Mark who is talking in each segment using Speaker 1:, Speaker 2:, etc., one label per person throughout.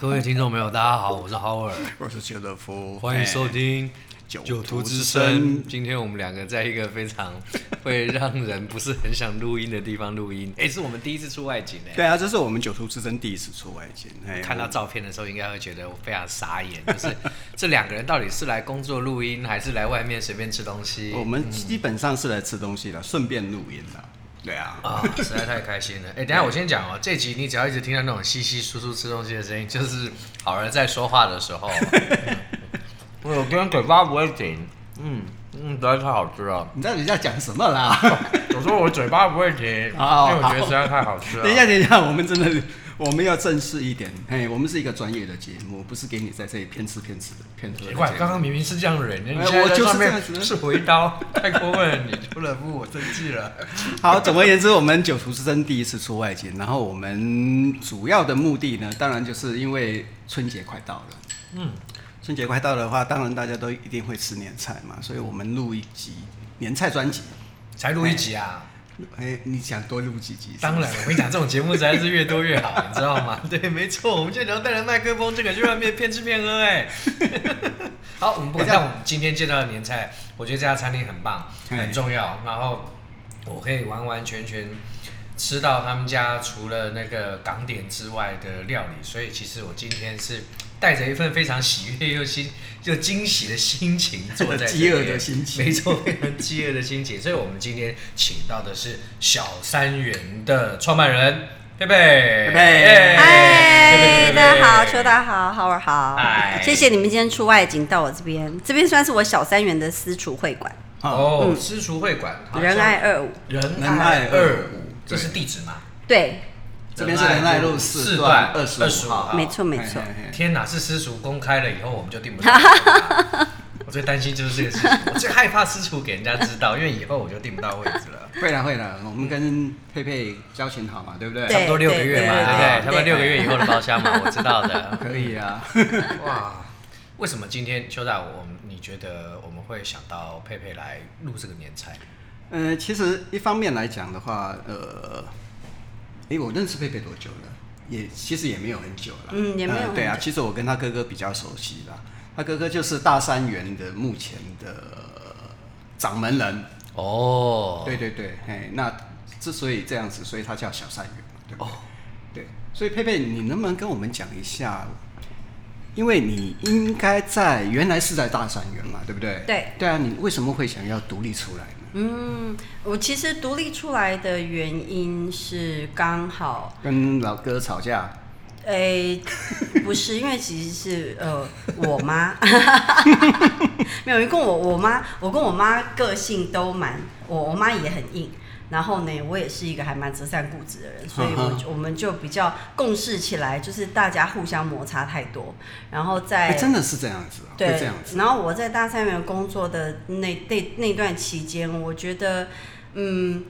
Speaker 1: 各位听众朋友，大家好，我是 Howard，
Speaker 2: 我是邱德夫，
Speaker 1: 欢迎收听《
Speaker 2: 九
Speaker 1: 九
Speaker 2: 哎徒
Speaker 1: 徒之
Speaker 2: 之
Speaker 1: 声
Speaker 2: 声》。
Speaker 1: 今天我们两个在一个非常会让人不是很想录音的地方录音，哎，是我们第一次出外景
Speaker 2: 哎。
Speaker 1: 哎。
Speaker 2: 对啊，这是我们九徒之争第一次出外景，哎，
Speaker 1: 看到照片的时候，应该会觉得我非常傻眼，就是这两个人到底是来工作录音，还是来外面随便吃东西？
Speaker 2: 我们基本上是来吃东西的，顺便录音的。对啊，
Speaker 1: 啊、实在太开心了！哎、等一下我先讲哦，这集你只要一直听到那种稀稀疏疏吃东西的声音，就是好人在说话的时 候。我有天嘴巴不会停，嗯嗯，实在太好吃了。
Speaker 2: 你到底在讲什么啦？
Speaker 1: 我说我嘴巴不会停，因为
Speaker 2: 哦
Speaker 1: 我觉得实在太好吃了。
Speaker 2: 等一下，等一下，我们真的是，我们要正式一点。嘿，我们是一个专业的节目，不是给你在这里骗吃骗吃的骗喝的
Speaker 1: 奇
Speaker 2: 节
Speaker 1: 怪，
Speaker 2: 目
Speaker 1: 刚刚明明是这样忍，你
Speaker 2: 哎
Speaker 1: 现在
Speaker 2: 我
Speaker 1: 在
Speaker 2: 就是
Speaker 1: 上面
Speaker 2: 这样子
Speaker 1: 是回刀，太过分了你，邱乐夫，我生气了。
Speaker 2: 好，总而言之，我们九厨师真第一次出外景，然后我们主要的目的呢，当然就是因为春节快到了。
Speaker 1: 嗯，
Speaker 2: 春节快到的话，当然大家都一定会吃年菜嘛，所以我们录一集年菜专辑。
Speaker 1: 才录一集啊！
Speaker 2: 哎，你想多录几集？
Speaker 1: 当然，我跟你讲，这种节目实在是越多越好， 你知道吗？对，没错，我们现在只要带着麦克风，这个去外面骗吃骗喝、哎， 好，我们不管，但我们今天介绍的年菜，我觉得这家餐厅很棒，
Speaker 2: 哎
Speaker 1: 很重要。然后我可以完完全全吃到他们家除了那个港点之外的料理，所以其实我今天是带着一份非常喜悦又欣又惊喜的心情坐在这
Speaker 2: 饥饿的
Speaker 1: 边
Speaker 2: 心情
Speaker 1: 没错，非常饥饿的心情。所以我们今天请到的是小三元的创办人贝贝，
Speaker 2: 贝
Speaker 1: 贝
Speaker 2: 贝
Speaker 3: 嗨，哎大家好，邱
Speaker 1: 家。
Speaker 3: 大家好，浩儿好
Speaker 1: 嗨，
Speaker 3: 谢谢你们今天出外景到我这边，这边算是我小三元的私厨会馆，
Speaker 2: 哦，
Speaker 1: 哦，私厨会馆，好
Speaker 3: 仁爱二五，
Speaker 1: 像仁
Speaker 2: 仁
Speaker 1: 爱
Speaker 2: 爱
Speaker 1: 二
Speaker 2: 二
Speaker 1: 五
Speaker 2: 五，
Speaker 1: 这是地址吗？
Speaker 3: 对，
Speaker 2: 这边是仁爱路四段二十
Speaker 1: 25
Speaker 2: 五号，
Speaker 3: 没错没错
Speaker 2: 嘿。嘿嘿
Speaker 1: 天哪，是私厨公开了以后，我们就 订不到了。我最担心就是这个事情，我最害怕私厨给人家知道，因为以后我就订不到位置了。
Speaker 2: 会了会了，我们跟佩佩交情好嘛，对不对？
Speaker 1: 差不多六个月嘛，对
Speaker 2: 对对
Speaker 1: 不对？
Speaker 2: 对
Speaker 1: 差不多六个月以后的包厢嘛，我知道 的。
Speaker 2: 可以啊。
Speaker 1: 哇，为什么今天邱大我们你觉得我们会想到佩佩来录这个年菜？
Speaker 2: 呃，其实一方面来讲的话，呃，诶，我认识佩佩多久了？也其实也没有很久了，
Speaker 3: 嗯也没有
Speaker 2: 呃
Speaker 3: 很
Speaker 2: 对啊，
Speaker 3: 久
Speaker 2: 其实我跟他哥哥比较熟悉啦，他哥哥就是大三元的目前的掌门人，
Speaker 1: 哦
Speaker 2: 对对对，哎，那之所以这样子，所以他叫小三元嘛，对不对？
Speaker 1: 哦
Speaker 2: 对，所以佩佩，你能不能跟我们讲一下？因为你应该在原来是在大三元嘛，对不对？
Speaker 3: 对。
Speaker 2: 对啊，你为什么会想要独立出来呢？
Speaker 3: 嗯，我其实独立出来的原因是刚好，
Speaker 2: 跟老哥吵架？
Speaker 3: 诶、哎不是，因为其实是呃我妈，没有，因为跟我我妈，我跟我妈个性都蛮，我我妈也很硬。然后呢，我也是一个还蛮折善固执的人，所以
Speaker 2: 嗯
Speaker 3: 我就我们就比较共事起来，就是大家互相摩擦太多，然后在、
Speaker 2: 哎、真的是这样子、啊，会
Speaker 3: 对
Speaker 2: 这样子。
Speaker 3: 然后我在大三元工作的那那那段期间，我觉得，嗯，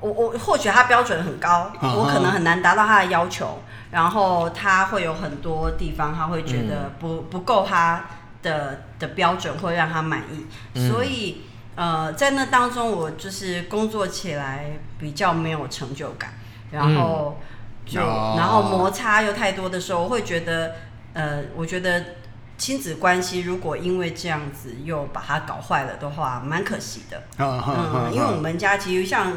Speaker 3: 我我或许他标准很高，
Speaker 2: 嗯
Speaker 3: 我可能很难达到他的要求，然后他会有很多地方他会觉得
Speaker 2: 嗯
Speaker 3: 不、不够他的的标准，会让他满意，
Speaker 2: 嗯
Speaker 3: 所以。呃，在那当中，我就是工作起来比较没有成就感，
Speaker 2: 嗯
Speaker 3: 然后就、
Speaker 2: 哦
Speaker 3: 然后摩擦又太多的时候，我会觉得，呃，我觉得亲子关系如果因为这样子又把它搞坏了的话，蛮可惜的。嗯，因为我们家其实像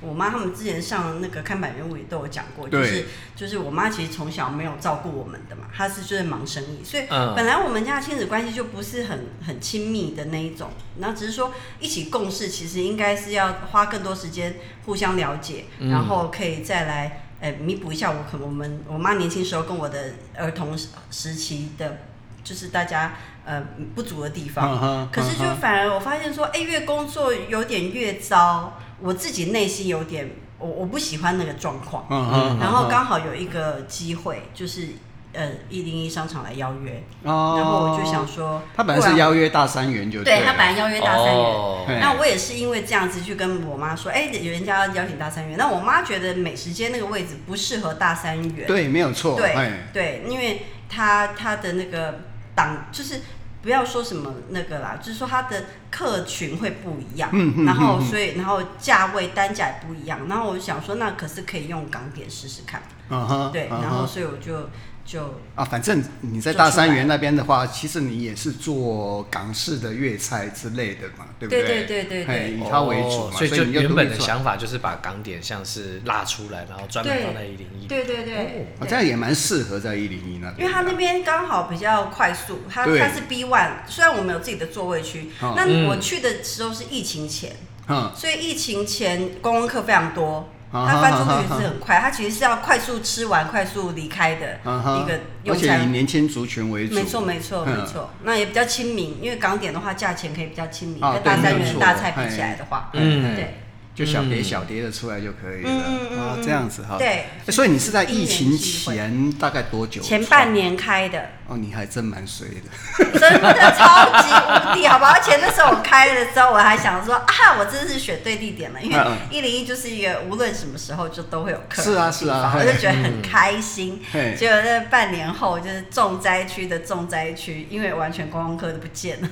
Speaker 3: 我妈他们之前上那个看板人物也都有讲过，就
Speaker 2: 对
Speaker 3: 是就是我妈其实从小没有照顾我们的嘛，她是就是忙生意，所以
Speaker 1: 嗯
Speaker 3: 本来我们家的亲子关系就不是很很亲密的那一种，然后只是说一起共事，其实应该是要花更多时间互相了解，
Speaker 1: 嗯
Speaker 3: 然后可以再来呃弥补一下我可能我们我妈年轻时候跟我的儿童时时期的，就是大家呃不足的地
Speaker 1: 嗯
Speaker 3: 方。可是就反而我发现说，哎、越工作有点越糟，我自己内心有点，我我不喜欢那个状况。
Speaker 2: 嗯
Speaker 3: 然后刚好有一个机会，就是呃一零一商场来邀约，
Speaker 2: 哦
Speaker 3: 然后我就想，说，
Speaker 2: 他本来是
Speaker 3: 不然
Speaker 2: 邀约大三元就
Speaker 3: 对
Speaker 2: 了
Speaker 3: 他本来邀约大三元。
Speaker 2: 对
Speaker 3: 那我也是因为这样子去跟我妈说，哎、人家要邀请大三元，那我妈觉得美食街那个位置不适合大三元，
Speaker 2: 对，没有错，
Speaker 3: 对
Speaker 2: 哎
Speaker 3: 对，因为他他的那个党就是不要说什么那个啦，就是说他的客群会不一样，
Speaker 2: 嗯嗯
Speaker 3: 然后
Speaker 2: 嗯嗯
Speaker 3: 所以然后价位单价也不一样，然后我就想说那可是可以用港点试试看，
Speaker 2: 嗯哼
Speaker 3: 对，
Speaker 2: 嗯哼
Speaker 3: 然后所以我就就
Speaker 2: 啊，反正你在
Speaker 3: 做出
Speaker 2: 大三
Speaker 3: 来
Speaker 2: 元那边的话，其实你也是做港式的粤菜之类的嘛，对不
Speaker 3: 对
Speaker 2: 对
Speaker 3: 对对对
Speaker 2: 哎
Speaker 3: 对
Speaker 2: 以它为主
Speaker 1: 哦
Speaker 2: 嘛，
Speaker 1: 所以就
Speaker 2: 你又
Speaker 1: 原本的
Speaker 2: 独立出来
Speaker 1: 想法就是把港点像是拉出来，然后专门
Speaker 3: 对
Speaker 1: 放在一零一。
Speaker 3: 对对对
Speaker 2: 哦，这
Speaker 3: 对
Speaker 2: 样也蛮适合在一零一那边的，
Speaker 3: 因为他那边刚好比较快速，他
Speaker 2: 对
Speaker 3: 他是 B one，虽然我们有自己的座位区，
Speaker 2: 哦
Speaker 3: 那
Speaker 1: 嗯
Speaker 3: 我去的时候是疫情前，
Speaker 2: 嗯，
Speaker 3: 所以疫情前观光客非常多，
Speaker 2: 啊
Speaker 3: 它
Speaker 2: 哈
Speaker 3: 翻桌率
Speaker 2: 啊哈
Speaker 3: 是很快，它其实是要快速吃完、快速离开的
Speaker 2: 嗯哼
Speaker 3: 一个
Speaker 2: 而
Speaker 3: 用
Speaker 2: 且以
Speaker 3: 餐。
Speaker 2: 年轻族群为主，
Speaker 3: 没错，没错，
Speaker 2: 嗯
Speaker 3: 没错。那也比较亲民，因为港点的话，价钱可以比较亲民，
Speaker 2: 啊
Speaker 3: 跟大
Speaker 2: 对
Speaker 3: 三
Speaker 2: 没
Speaker 3: 元
Speaker 2: 错哎
Speaker 3: 大菜比起来的话，
Speaker 1: 嗯
Speaker 3: 对
Speaker 2: 就小碟
Speaker 1: 嗯
Speaker 2: 小碟的出来就可以了，
Speaker 3: 嗯嗯嗯
Speaker 2: 啊
Speaker 3: 嗯，
Speaker 2: 这样子哈，
Speaker 3: 对。
Speaker 2: 哎所以你是在
Speaker 3: 因
Speaker 2: 疫
Speaker 3: 缘
Speaker 2: 情
Speaker 3: 际会
Speaker 2: 前大概多久？
Speaker 3: 前半。年开的，
Speaker 2: 哦，你还真蛮随的。
Speaker 3: 真的超级无敌，好吧？而且那时候我开了之后，我还想说啊，我真是选对地点了，因为
Speaker 2: 嗯
Speaker 3: 一零一就是一个无论什么时候就都会有客人
Speaker 2: 是啊
Speaker 3: 的地
Speaker 2: 是啊
Speaker 3: 方
Speaker 2: 嘿
Speaker 3: 我就觉得很开心。
Speaker 2: 嘿
Speaker 3: 结果在半年后，就是重灾区的重灾区，因为完全观光客都不见了，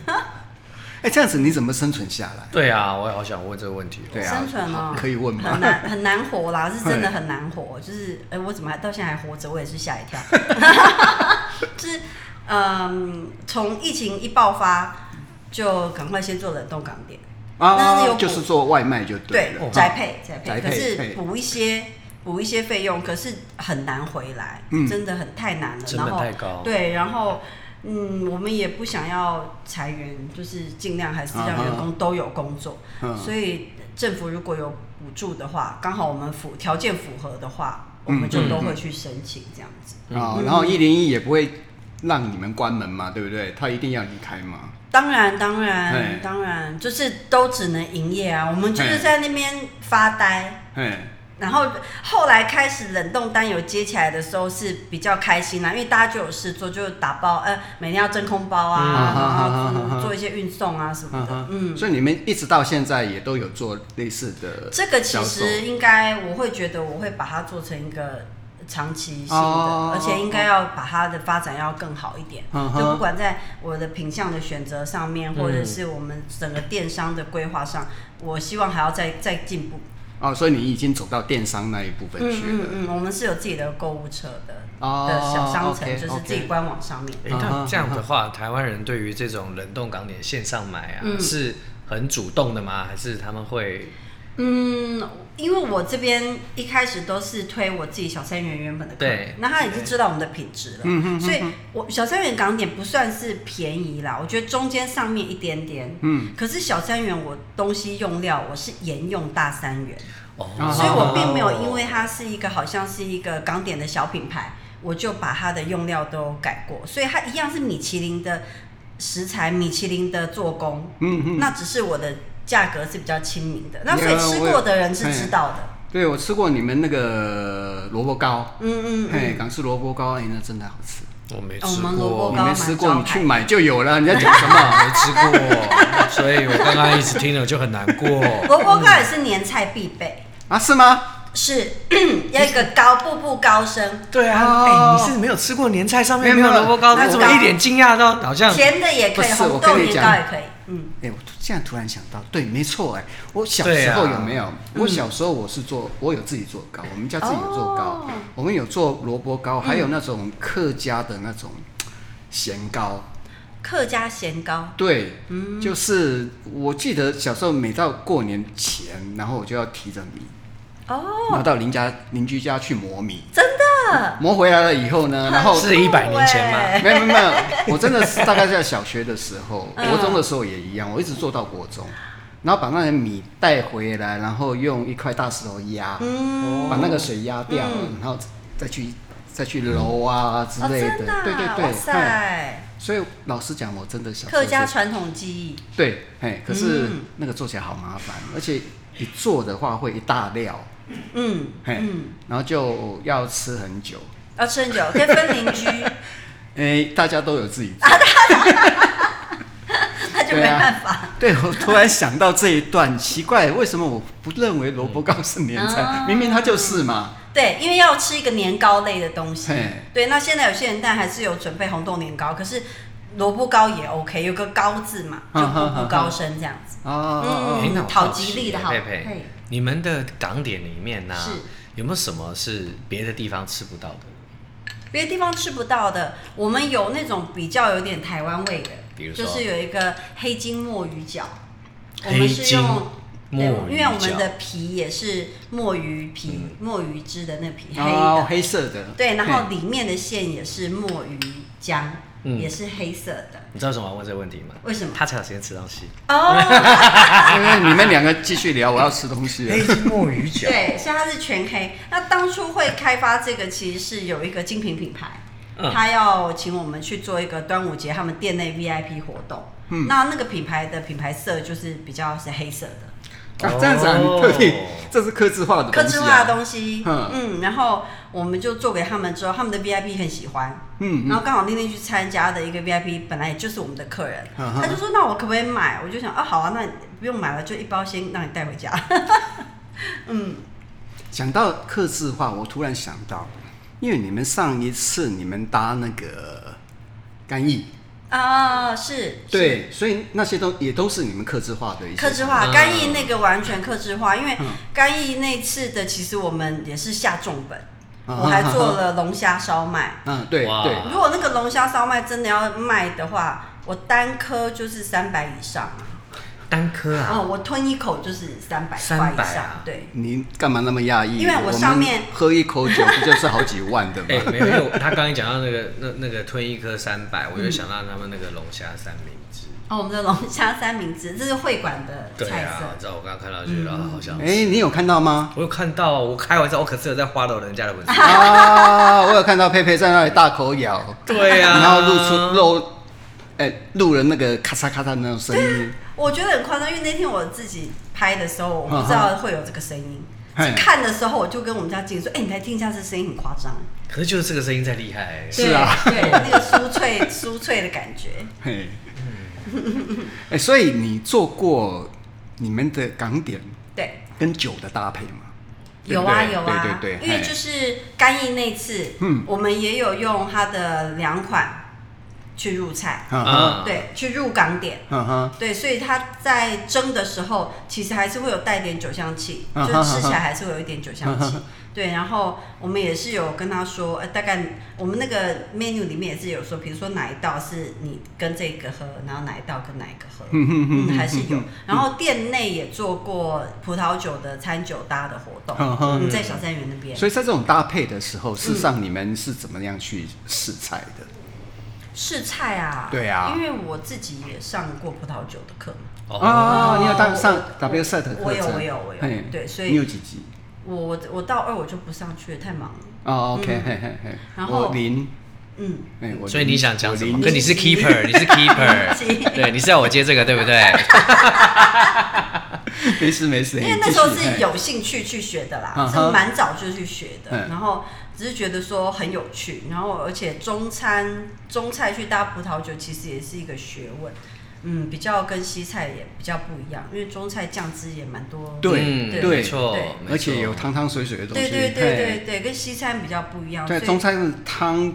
Speaker 2: 哎，这样子你怎么生存下来？
Speaker 1: 对啊，我也好想问这个问题哦。
Speaker 2: 对啊，
Speaker 3: 生存哦
Speaker 2: 可以问吗
Speaker 3: 很？难很难活啦，是真的很难活。就是哎、我怎么还到现在还活着？我也是吓一 跳。就是嗯，从疫情一爆发，就赶快先做冷冻港点。那是有
Speaker 2: 啊，
Speaker 3: 补
Speaker 2: 就是做外卖就
Speaker 3: 对
Speaker 2: 了。，
Speaker 3: 宅配宅
Speaker 2: 哦宅配
Speaker 3: 配，可是
Speaker 2: 嘿
Speaker 3: 补一些补一些费用，可是很难回来，
Speaker 2: 嗯
Speaker 3: 真的很太难了。
Speaker 1: 成本
Speaker 3: 然后
Speaker 1: 太高
Speaker 3: 对，然后嗯，我们也不想要裁员，就是尽量还是
Speaker 2: 啊哈
Speaker 3: 让员工都有工作。
Speaker 2: 嗯
Speaker 3: 所以政府如果有补助的话，刚好我们符条件符合的话，
Speaker 2: 嗯
Speaker 3: 我们就都会去申请这样子。
Speaker 2: 啊，然后一零一也不会让你们关门嘛，对不对？他一定要离开嘛。
Speaker 3: 当然，当
Speaker 2: 嗯嘿
Speaker 3: 然，当然，就是都只能营业啊。我们就
Speaker 2: 嘿
Speaker 3: 是在那边发呆。
Speaker 2: 哎，
Speaker 3: 然后后来开始冷冻单有接起来的时候是比较开心啦，因为大家就有事做，就打包，呃，每天要真空包啊，
Speaker 2: 嗯
Speaker 3: 然后、
Speaker 2: 啊哈哈哈
Speaker 3: 嗯做一些运送啊什么
Speaker 2: 嗯
Speaker 3: 的。
Speaker 2: 哼，所以你们一直到现在也都有做类似的
Speaker 3: 这个其
Speaker 2: 销售
Speaker 3: 实应该我会觉得我会把它做成一个长期性的，
Speaker 2: 哦
Speaker 3: 而且应该要把它的发展要更好一点。
Speaker 2: 嗯哼
Speaker 3: 就不管在我的品相的选择上面，或者是我们整个电商的规划上，我希望还要再再进步。
Speaker 2: 哦，所以你已经走到电商那一部分
Speaker 3: 嗯
Speaker 2: 去
Speaker 3: 嗯
Speaker 2: 了。
Speaker 3: 嗯，我们是有自己的购物车的。
Speaker 2: 哦
Speaker 3: 的小商城，
Speaker 2: OK，
Speaker 3: 就是自己
Speaker 2: OK
Speaker 3: 官网上面。
Speaker 1: 哎、
Speaker 2: 啊哈
Speaker 1: 那这样的话，台湾人对于这种冷冻港点线上买啊，
Speaker 3: 嗯
Speaker 1: 是很主动的吗？还是他们会
Speaker 3: 嗯，因为我这边一开始都是推我自己小三元原本的客人
Speaker 1: 对，
Speaker 3: 那他已经知道我们的品质了，
Speaker 2: 嗯
Speaker 3: 所以我小三元港点不算是便宜啦，我觉得中间上面一点点，嗯，可是小三元我东西用料我是沿用大三元，
Speaker 1: 哦
Speaker 2: 啊哈
Speaker 3: 所以我并没有因为它是一个好像是一个港点的小品牌，我就把它的用料都改过，所以它一样是米其林的食材，米其林的做工，
Speaker 2: 嗯嗯，
Speaker 3: 那只是我的价格是比较亲民的，那
Speaker 2: 有
Speaker 3: 所以吃过的人是知道的。
Speaker 2: 对我吃过你们那个萝卜糕，
Speaker 3: 嗯嗯
Speaker 2: 嘿，港式萝卜糕，哎，那真的好吃。
Speaker 1: 我没
Speaker 3: 我
Speaker 1: 吃
Speaker 3: 们萝卜
Speaker 1: 过
Speaker 3: 糕
Speaker 2: 你，没吃过，
Speaker 3: 蛮招
Speaker 2: 你
Speaker 3: 牌
Speaker 2: 去买就有了。你在 讲什
Speaker 1: 什
Speaker 2: 么？
Speaker 1: 么没吃过，所以我刚刚一直听了就很难 过。
Speaker 2: 哎
Speaker 3: 萝卜糕也是年菜必备，
Speaker 2: 啊，是吗？
Speaker 3: 是 要一个高步步高升，
Speaker 1: 对
Speaker 2: 啊哎你是
Speaker 1: 没有吃过年菜上
Speaker 2: 面没有萝卜糕
Speaker 3: 你怎么一脸
Speaker 1: 惊讶到好像
Speaker 3: 甜的也可以，
Speaker 2: 不是
Speaker 3: 红
Speaker 2: 我跟
Speaker 3: 豆
Speaker 2: 你
Speaker 3: 年糕
Speaker 2: 讲
Speaker 3: 也可以。嗯，
Speaker 2: 哎、我现在突然想到，对，没错，哎，我小
Speaker 1: 对
Speaker 2: 时
Speaker 1: 啊
Speaker 2: 候有没有？我小时候我是做，我有自己做糕，我们家自己有做糕，
Speaker 3: 哦
Speaker 2: 我们有做萝卜糕，还
Speaker 1: 嗯
Speaker 2: 有那种客家的那种咸糕。
Speaker 3: 客家咸糕，
Speaker 2: 对，
Speaker 1: 嗯
Speaker 2: 就是我记得小时候每到过年前，然后我就要提着米，
Speaker 3: 哦，
Speaker 2: 拿到邻家邻居家去磨米，
Speaker 3: 真的，
Speaker 2: 磨回来了以后呢，然 后
Speaker 1: 是一百年前
Speaker 3: 欸
Speaker 1: 吗？
Speaker 2: 没有没有没有，我真的是大概在小学的时候，
Speaker 3: 嗯
Speaker 2: 国中的时候也一样，我一直做到国中，然后把那些米带回来，然后用一块大石头压，
Speaker 3: 嗯
Speaker 2: 把那个水压掉，然后再去再去揉啊之
Speaker 3: 哦，
Speaker 2: 类
Speaker 3: 真的啊，
Speaker 2: 对对
Speaker 3: 哇
Speaker 2: 对，哎
Speaker 3: 塞，
Speaker 2: 所以老实讲，我真的小时候
Speaker 3: 客家
Speaker 2: 是
Speaker 3: 传统技艺，
Speaker 2: 对，哎，可是
Speaker 3: 嗯
Speaker 2: 那个做起来好麻烦，而且一做的话会一大料，
Speaker 3: 嗯
Speaker 2: 嘿
Speaker 3: 嗯，
Speaker 2: 然后就要吃很久。
Speaker 3: 要吃很久，可以分邻居，
Speaker 2: 哎，大家都有自己做
Speaker 3: 那 就没办法。
Speaker 2: 对，啊我突然想到这一段，奇怪，为什么我不认为萝卜糕是年菜？
Speaker 3: 嗯
Speaker 2: 明明它就是嘛。
Speaker 3: 对，因为要吃一个年糕类的东西
Speaker 2: 嘿。
Speaker 3: 对，那现在有些人但还是有准备红豆年糕，可是萝卜糕也 OK，有个高字嘛，就
Speaker 2: 嗯
Speaker 3: 步
Speaker 2: 哼
Speaker 3: 步高升这样子。
Speaker 2: 哦，
Speaker 1: 哎那
Speaker 3: 嗯，
Speaker 1: 我
Speaker 3: 讨
Speaker 1: 好
Speaker 3: 吉
Speaker 1: 奇
Speaker 3: 利的好，
Speaker 1: 佩佩
Speaker 3: 嘿，
Speaker 1: 你们的港点里面呢、啊
Speaker 3: 是
Speaker 1: 有没有什么是别的地方吃不到的？
Speaker 3: 别的地方吃不到的。我们有那种比较有点台湾味的，
Speaker 4: 比如说
Speaker 3: 就是有一个黑金墨鱼饺，我
Speaker 1: 黑
Speaker 3: 们是
Speaker 1: 金
Speaker 3: 用。对，
Speaker 1: 墨
Speaker 3: 因
Speaker 1: 鱼
Speaker 3: 为我
Speaker 1: 饺
Speaker 3: 们的皮也是墨鱼皮、墨鱼汁的那嗯皮黑的，
Speaker 2: 哦，黑色的，
Speaker 3: 对，然后
Speaker 2: 嘿
Speaker 3: 里面的馅也是墨鱼浆，
Speaker 4: 嗯
Speaker 3: 也是黑色的。
Speaker 4: 你知道为什么要问这个问题吗？
Speaker 3: 为什么
Speaker 4: 他才有时间吃东西。
Speaker 3: 哦，
Speaker 2: 因 为你们两个继续聊，我要吃东西了。
Speaker 4: 金墨鱼饺
Speaker 3: 对，所以它是全黑。那当初会开发这个，其实是有一个精品品牌，
Speaker 4: 嗯
Speaker 3: 他要请我们去做一个端午节他们店内 VIP 活动。
Speaker 4: 嗯
Speaker 3: 那那个品牌的品牌色就是比较是黑色 的，
Speaker 2: 啊，这样子很特地，这是刻字化的
Speaker 3: 客
Speaker 2: 东西、
Speaker 3: 制
Speaker 2: 啊。
Speaker 3: 化的东西。
Speaker 2: 嗯
Speaker 3: 嗯，然后我们就做给他们之后，他们的 VIP 很喜欢。
Speaker 2: 嗯，
Speaker 3: 然后刚好那天去参加的一个 VIP，本来也就是我们的客人，
Speaker 2: 嗯哼
Speaker 3: 他就说：“那我可不可以买？”我就想：“啊，好啊，那你不用买了，就一包先让你带 回家。
Speaker 2: 讲到刻字化，我突然想到，因为你们上一次你们搭那个干邑，”
Speaker 3: 啊，是，
Speaker 2: 对，所以那些都也都是你们刻字化的一些
Speaker 3: 克制化
Speaker 1: 嗯
Speaker 3: 干邑那个完全克制化，因
Speaker 2: 嗯
Speaker 3: 为干邑那次的其实我们也是下重本，
Speaker 2: 嗯
Speaker 3: 我还做了龙虾烧麦。
Speaker 2: 嗯，对
Speaker 4: 哇
Speaker 2: 对，
Speaker 3: 如果那个龙虾烧麦真的要卖的话，我单颗就是三百以上，啊
Speaker 1: 单颗啊，
Speaker 3: 哦，我吞一口就是三百块
Speaker 1: 300
Speaker 3: 以上
Speaker 1: 啊，
Speaker 3: 对，
Speaker 2: 你干嘛那么讶异？
Speaker 3: 因为我上面
Speaker 2: 们喝一口酒不就是好几万 的
Speaker 1: 哎、
Speaker 2: 吗？
Speaker 1: 没有，因为我他刚才讲到那个那那个吞一颗三百，我就想到他们那个龙虾三明治。
Speaker 3: 哦，我们的龙虾三明治，这是会馆的
Speaker 1: 对
Speaker 3: 菜
Speaker 1: 啊，你
Speaker 3: 色。
Speaker 1: 知道我刚刚看到就觉得啊好像
Speaker 2: 哎、，你有看到吗？
Speaker 1: 我有看到，我开玩笑，我可是有在花楼人家的文字。
Speaker 2: 啊，我有看到佩佩在那里大口咬，
Speaker 1: 对啊，
Speaker 2: 然后露出露，哎、路人那个咔嚓咔嚓的那种声音，
Speaker 3: 我觉得很夸张，因为那天我自己拍的时候，我不知道会有这个声音。
Speaker 2: 嗯嘿
Speaker 3: 看的时候，我就跟我们家经理说：“哎、你来听一下，这声音很夸张。
Speaker 1: 可是就是这个声音才厉害、”
Speaker 2: 是啊
Speaker 3: 对， 对那个酥脆酥脆的感觉。
Speaker 2: 嘿，
Speaker 3: 嗯
Speaker 2: 哎、所以你做过你们的港点
Speaker 3: 对，
Speaker 2: 跟酒的搭配吗？
Speaker 3: 有啊
Speaker 2: 对
Speaker 3: 有
Speaker 2: 不对
Speaker 3: 啊，
Speaker 2: 对对对，
Speaker 3: 因为
Speaker 2: 嘿
Speaker 3: 就是干邑那次，
Speaker 2: 嗯
Speaker 3: 我们也有用它的两款去入菜，
Speaker 2: 嗯哼，
Speaker 3: 对，去入港点。
Speaker 2: 嗯哼，
Speaker 3: 对，所以它在蒸的时候，其实还是会有带点酒香气，
Speaker 2: 啊
Speaker 3: 就
Speaker 2: 哈
Speaker 3: 是吃起
Speaker 2: 哈
Speaker 3: 来还是会有一点酒香
Speaker 2: 啊
Speaker 3: 气
Speaker 2: 哈。
Speaker 3: 对，然后我们也是有跟他说，呃，大概我们那个 menu 里面也是有说，比如说哪一道是你跟这个喝，然后哪一道跟哪一个喝，嗯，还是有。然后店内也做过葡萄酒的餐酒搭的活动，
Speaker 2: 啊哈
Speaker 3: 嗯，在小三元那边。
Speaker 2: 所以在这种搭配的时候，事实上你们是怎么样去试菜的？
Speaker 3: 试菜啊，
Speaker 2: 对啊
Speaker 3: 因为我自己也上过葡萄酒的课嘛，
Speaker 1: 哦，
Speaker 2: 哦，你有当上
Speaker 3: 我
Speaker 2: W set 的课程？
Speaker 3: 我有我有我有
Speaker 2: 嘿
Speaker 3: 对所以
Speaker 2: 你有几级？
Speaker 3: 我我我到二我就不上去了，太忙了，
Speaker 2: 哦，OK，嘿嘿嘿，
Speaker 3: 嗯然
Speaker 2: 我
Speaker 3: 后
Speaker 2: 零，
Speaker 3: 嗯。
Speaker 2: 哎，我
Speaker 1: 所以
Speaker 2: 零
Speaker 1: 你想讲什么？
Speaker 2: 我
Speaker 1: 跟
Speaker 2: 零
Speaker 1: 你是 keeper，你是 keeper，
Speaker 3: 是
Speaker 1: 对，你是要我接这个对不对？
Speaker 2: 没事没事，
Speaker 3: 因为那时候
Speaker 1: 哎
Speaker 3: 是有兴趣去学的啦
Speaker 2: 嗯，
Speaker 3: 是
Speaker 2: 哼
Speaker 3: 蛮早就去学的
Speaker 1: 哎
Speaker 2: 嗯，
Speaker 3: 然后只是觉得说很有趣，然后而且中餐中菜去搭葡萄酒其实也是一个学问，嗯，比较跟西菜也比较不一样，因为中菜酱汁也蛮多，
Speaker 2: 对
Speaker 1: 嗯
Speaker 3: 对
Speaker 1: 没错
Speaker 3: 对，
Speaker 1: 没错
Speaker 2: 而且有汤汤水水的东西，
Speaker 3: 对对对
Speaker 2: 嘿
Speaker 3: 对对，跟西餐比较不一样，
Speaker 2: 对，
Speaker 3: 所以
Speaker 2: 中餐的汤，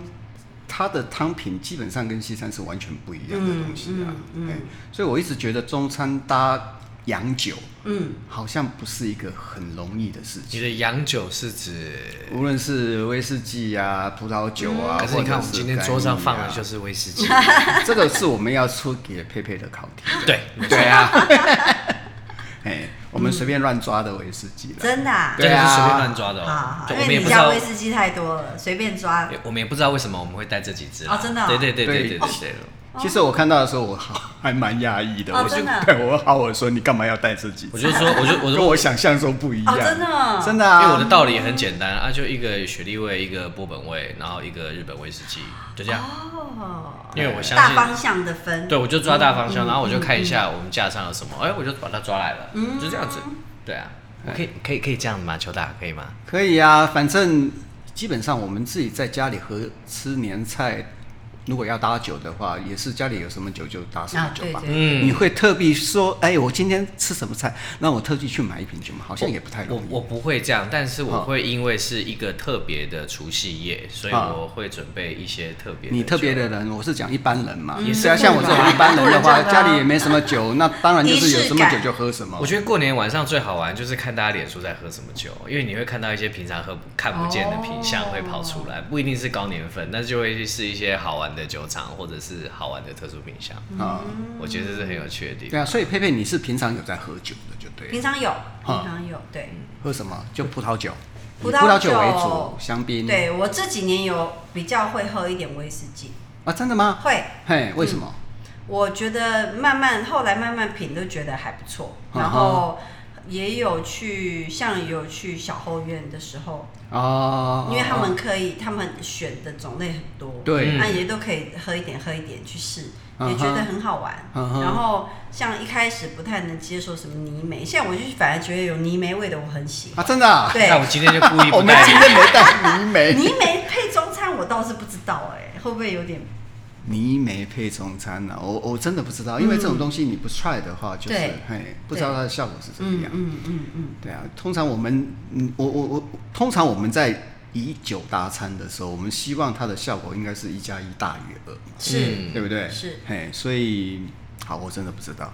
Speaker 2: 它的汤品基本上跟西餐是完全不一样的东西啊。
Speaker 3: 嗯嗯嗯
Speaker 2: 对，所以我一直觉得中餐搭洋酒
Speaker 3: 嗯，
Speaker 2: 好像不是一个很容易的事
Speaker 1: 你
Speaker 2: 情，
Speaker 1: 的洋酒是指？
Speaker 2: 无论是威士忌啊、葡萄酒
Speaker 1: 嗯
Speaker 2: 啊，
Speaker 1: 可是你看，我
Speaker 2: 或者
Speaker 1: 们今天桌上放
Speaker 2: 啊
Speaker 1: 的就是是威士忌。
Speaker 2: 干邑啊 这个是我们要出给佩佩的考题。
Speaker 1: 对，
Speaker 2: 对啊， 哎，我们随便乱抓的威士忌了。
Speaker 3: 真的啊，
Speaker 1: 这
Speaker 2: 对
Speaker 1: 个
Speaker 2: 啊
Speaker 1: 是随便乱抓的
Speaker 3: 好
Speaker 1: 哦
Speaker 3: 好，，
Speaker 1: 对我们
Speaker 3: 因为
Speaker 1: 也
Speaker 3: 你
Speaker 1: 不知道
Speaker 3: 家威士忌太多了，随便抓，
Speaker 1: 我们也不知道为什么我们会带这几只啦
Speaker 3: 哦真的哦
Speaker 1: 对对对对
Speaker 2: 对
Speaker 1: 对对对。
Speaker 2: 其实我看到的时候，我好还蛮讶异的，
Speaker 3: 哦
Speaker 2: 我就
Speaker 3: 真的
Speaker 2: 对我好我说你干嘛要带自己？
Speaker 1: 我就说，我就我
Speaker 2: 跟
Speaker 1: 说，
Speaker 2: 我想象中不一样，
Speaker 3: 哦真的哦
Speaker 2: 真的
Speaker 1: 因
Speaker 2: 啊，
Speaker 1: 为我的道理也很简单啊，就一个雪莉味，一个波本味，然后一个日本威士忌，就这样。
Speaker 3: 哦，
Speaker 1: 因为我相
Speaker 3: 大
Speaker 1: 信
Speaker 3: 方向嗯的分，
Speaker 1: 对，我就抓大方向，然后我就看一下我们架上有什么，哎，我就把它抓来了，
Speaker 3: 嗯
Speaker 1: 就这样子。对啊，
Speaker 2: 哎
Speaker 1: 我可以可以可以这样吗？球打可以吗？
Speaker 2: 可以啊，反正基本上我们自己在家里和吃年菜，如果要搭酒的话，也是家里有什么酒就搭什么
Speaker 3: 啊，
Speaker 2: 酒
Speaker 3: 对
Speaker 2: 吧。
Speaker 3: 对，
Speaker 2: 你
Speaker 1: 嗯，
Speaker 2: 会特地说，哎，我今天吃什么菜？那我特地去买一瓶酒嘛，好像也不太容
Speaker 1: 我
Speaker 2: 易。
Speaker 1: 我不会这样，但是我
Speaker 2: 哦
Speaker 1: 会因为是一个特别的除夕夜，所以
Speaker 2: 啊
Speaker 1: 我会准备一些特别。嗯
Speaker 2: 你特别的，人，我是讲一般人嘛，
Speaker 1: 也是
Speaker 2: 对啊，
Speaker 1: 会
Speaker 2: 像我这种一般人的
Speaker 3: 嗯吧
Speaker 2: 话，家里也没什么酒，那当然就是有什么
Speaker 3: 仪式
Speaker 2: 酒
Speaker 3: 感
Speaker 2: 就喝什么
Speaker 1: 我。觉得过年晚上最好玩就是看大家脸书在喝什么酒，因为你会看到一些平常喝不看不见的品相会跑出
Speaker 2: 哦
Speaker 1: 来，不一定是高年份，但是就会是一些好玩的酒厂或者是好玩的特殊品相。
Speaker 2: 啊，
Speaker 1: 我觉得这是很有趣的地
Speaker 2: 对
Speaker 1: 方。
Speaker 2: 啊，所以佩佩你是平常有在喝酒的，就对
Speaker 3: 平
Speaker 2: 了。
Speaker 3: 常有，平常有，对
Speaker 2: 喝什么？就葡萄酒，以
Speaker 3: 嗯葡
Speaker 2: 葡
Speaker 3: 萄
Speaker 2: 萄酒为
Speaker 3: 酒
Speaker 2: 主，香槟。
Speaker 3: 对，我这几年有比较会喝一点威士忌，
Speaker 2: 啊，真的吗？
Speaker 3: 会，
Speaker 2: 嘿，为什么？
Speaker 3: 我觉得慢慢后来慢慢品都觉得还不错，
Speaker 2: 啊哈
Speaker 3: 然后也有去像有去小后院的时候，
Speaker 2: 哦，
Speaker 3: 嗯因为他们可以他们选的种类很多，
Speaker 2: 对，
Speaker 3: 那也都可以喝一点喝一点去试，
Speaker 2: 嗯
Speaker 3: 也觉得
Speaker 2: 哼
Speaker 3: 很好玩。
Speaker 2: 嗯哼
Speaker 3: 然后像一开始不太能接受什么泥煤，现在我就反而觉得有泥煤味的我很喜欢。
Speaker 2: 啊，真的啊。
Speaker 3: 对
Speaker 1: 那，我今天就故 意
Speaker 2: 我
Speaker 1: 不
Speaker 2: 们
Speaker 1: 带
Speaker 2: 今
Speaker 1: 你。
Speaker 2: 天没带泥煤，
Speaker 3: 泥煤配中餐我倒是不知道哎、会不会有点？
Speaker 2: 泥煤配中餐呢、我我真的不知道，因为这种东西你不 try 的话，就是
Speaker 3: 嗯对
Speaker 2: 嘿，不知道它的效果是怎么
Speaker 3: 嗯
Speaker 2: 样。
Speaker 3: 嗯嗯嗯，
Speaker 2: 对啊，通常我们，嗯，我我我，通常我们在以酒搭餐的时候，我们希望它的效果应该是一加一大于二嘛，
Speaker 3: 是
Speaker 1: 嗯
Speaker 2: 对不对？
Speaker 3: 是，
Speaker 2: 嘿，所以。好，我真的不 知道，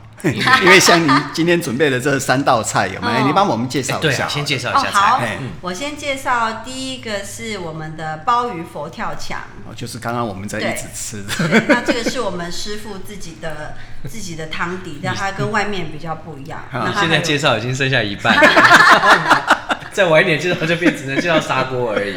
Speaker 2: 因为像你今天准备的这三道菜有没有？
Speaker 3: 哦
Speaker 2: 你帮我们介绍
Speaker 1: 哎
Speaker 2: 一
Speaker 1: 对
Speaker 2: 下
Speaker 1: 啊，
Speaker 2: 好了。
Speaker 1: 先介绍一
Speaker 3: 哦
Speaker 1: 下
Speaker 3: 好
Speaker 1: 菜。
Speaker 2: 嘿，
Speaker 3: 我先介绍第一个是我们的鲍鱼佛跳墙，
Speaker 2: 哦，就是刚刚我们在
Speaker 3: 对
Speaker 2: 一直吃的。
Speaker 3: 对，那这个是我们师傅自己的自己的汤底，但它跟外面比较不一样。
Speaker 2: 好
Speaker 3: 那
Speaker 2: 你
Speaker 3: 它
Speaker 1: 现
Speaker 3: 还
Speaker 1: 在
Speaker 3: 有
Speaker 1: 介绍已经剩下一半了， 再晚一点介绍就变只能介绍砂锅而已。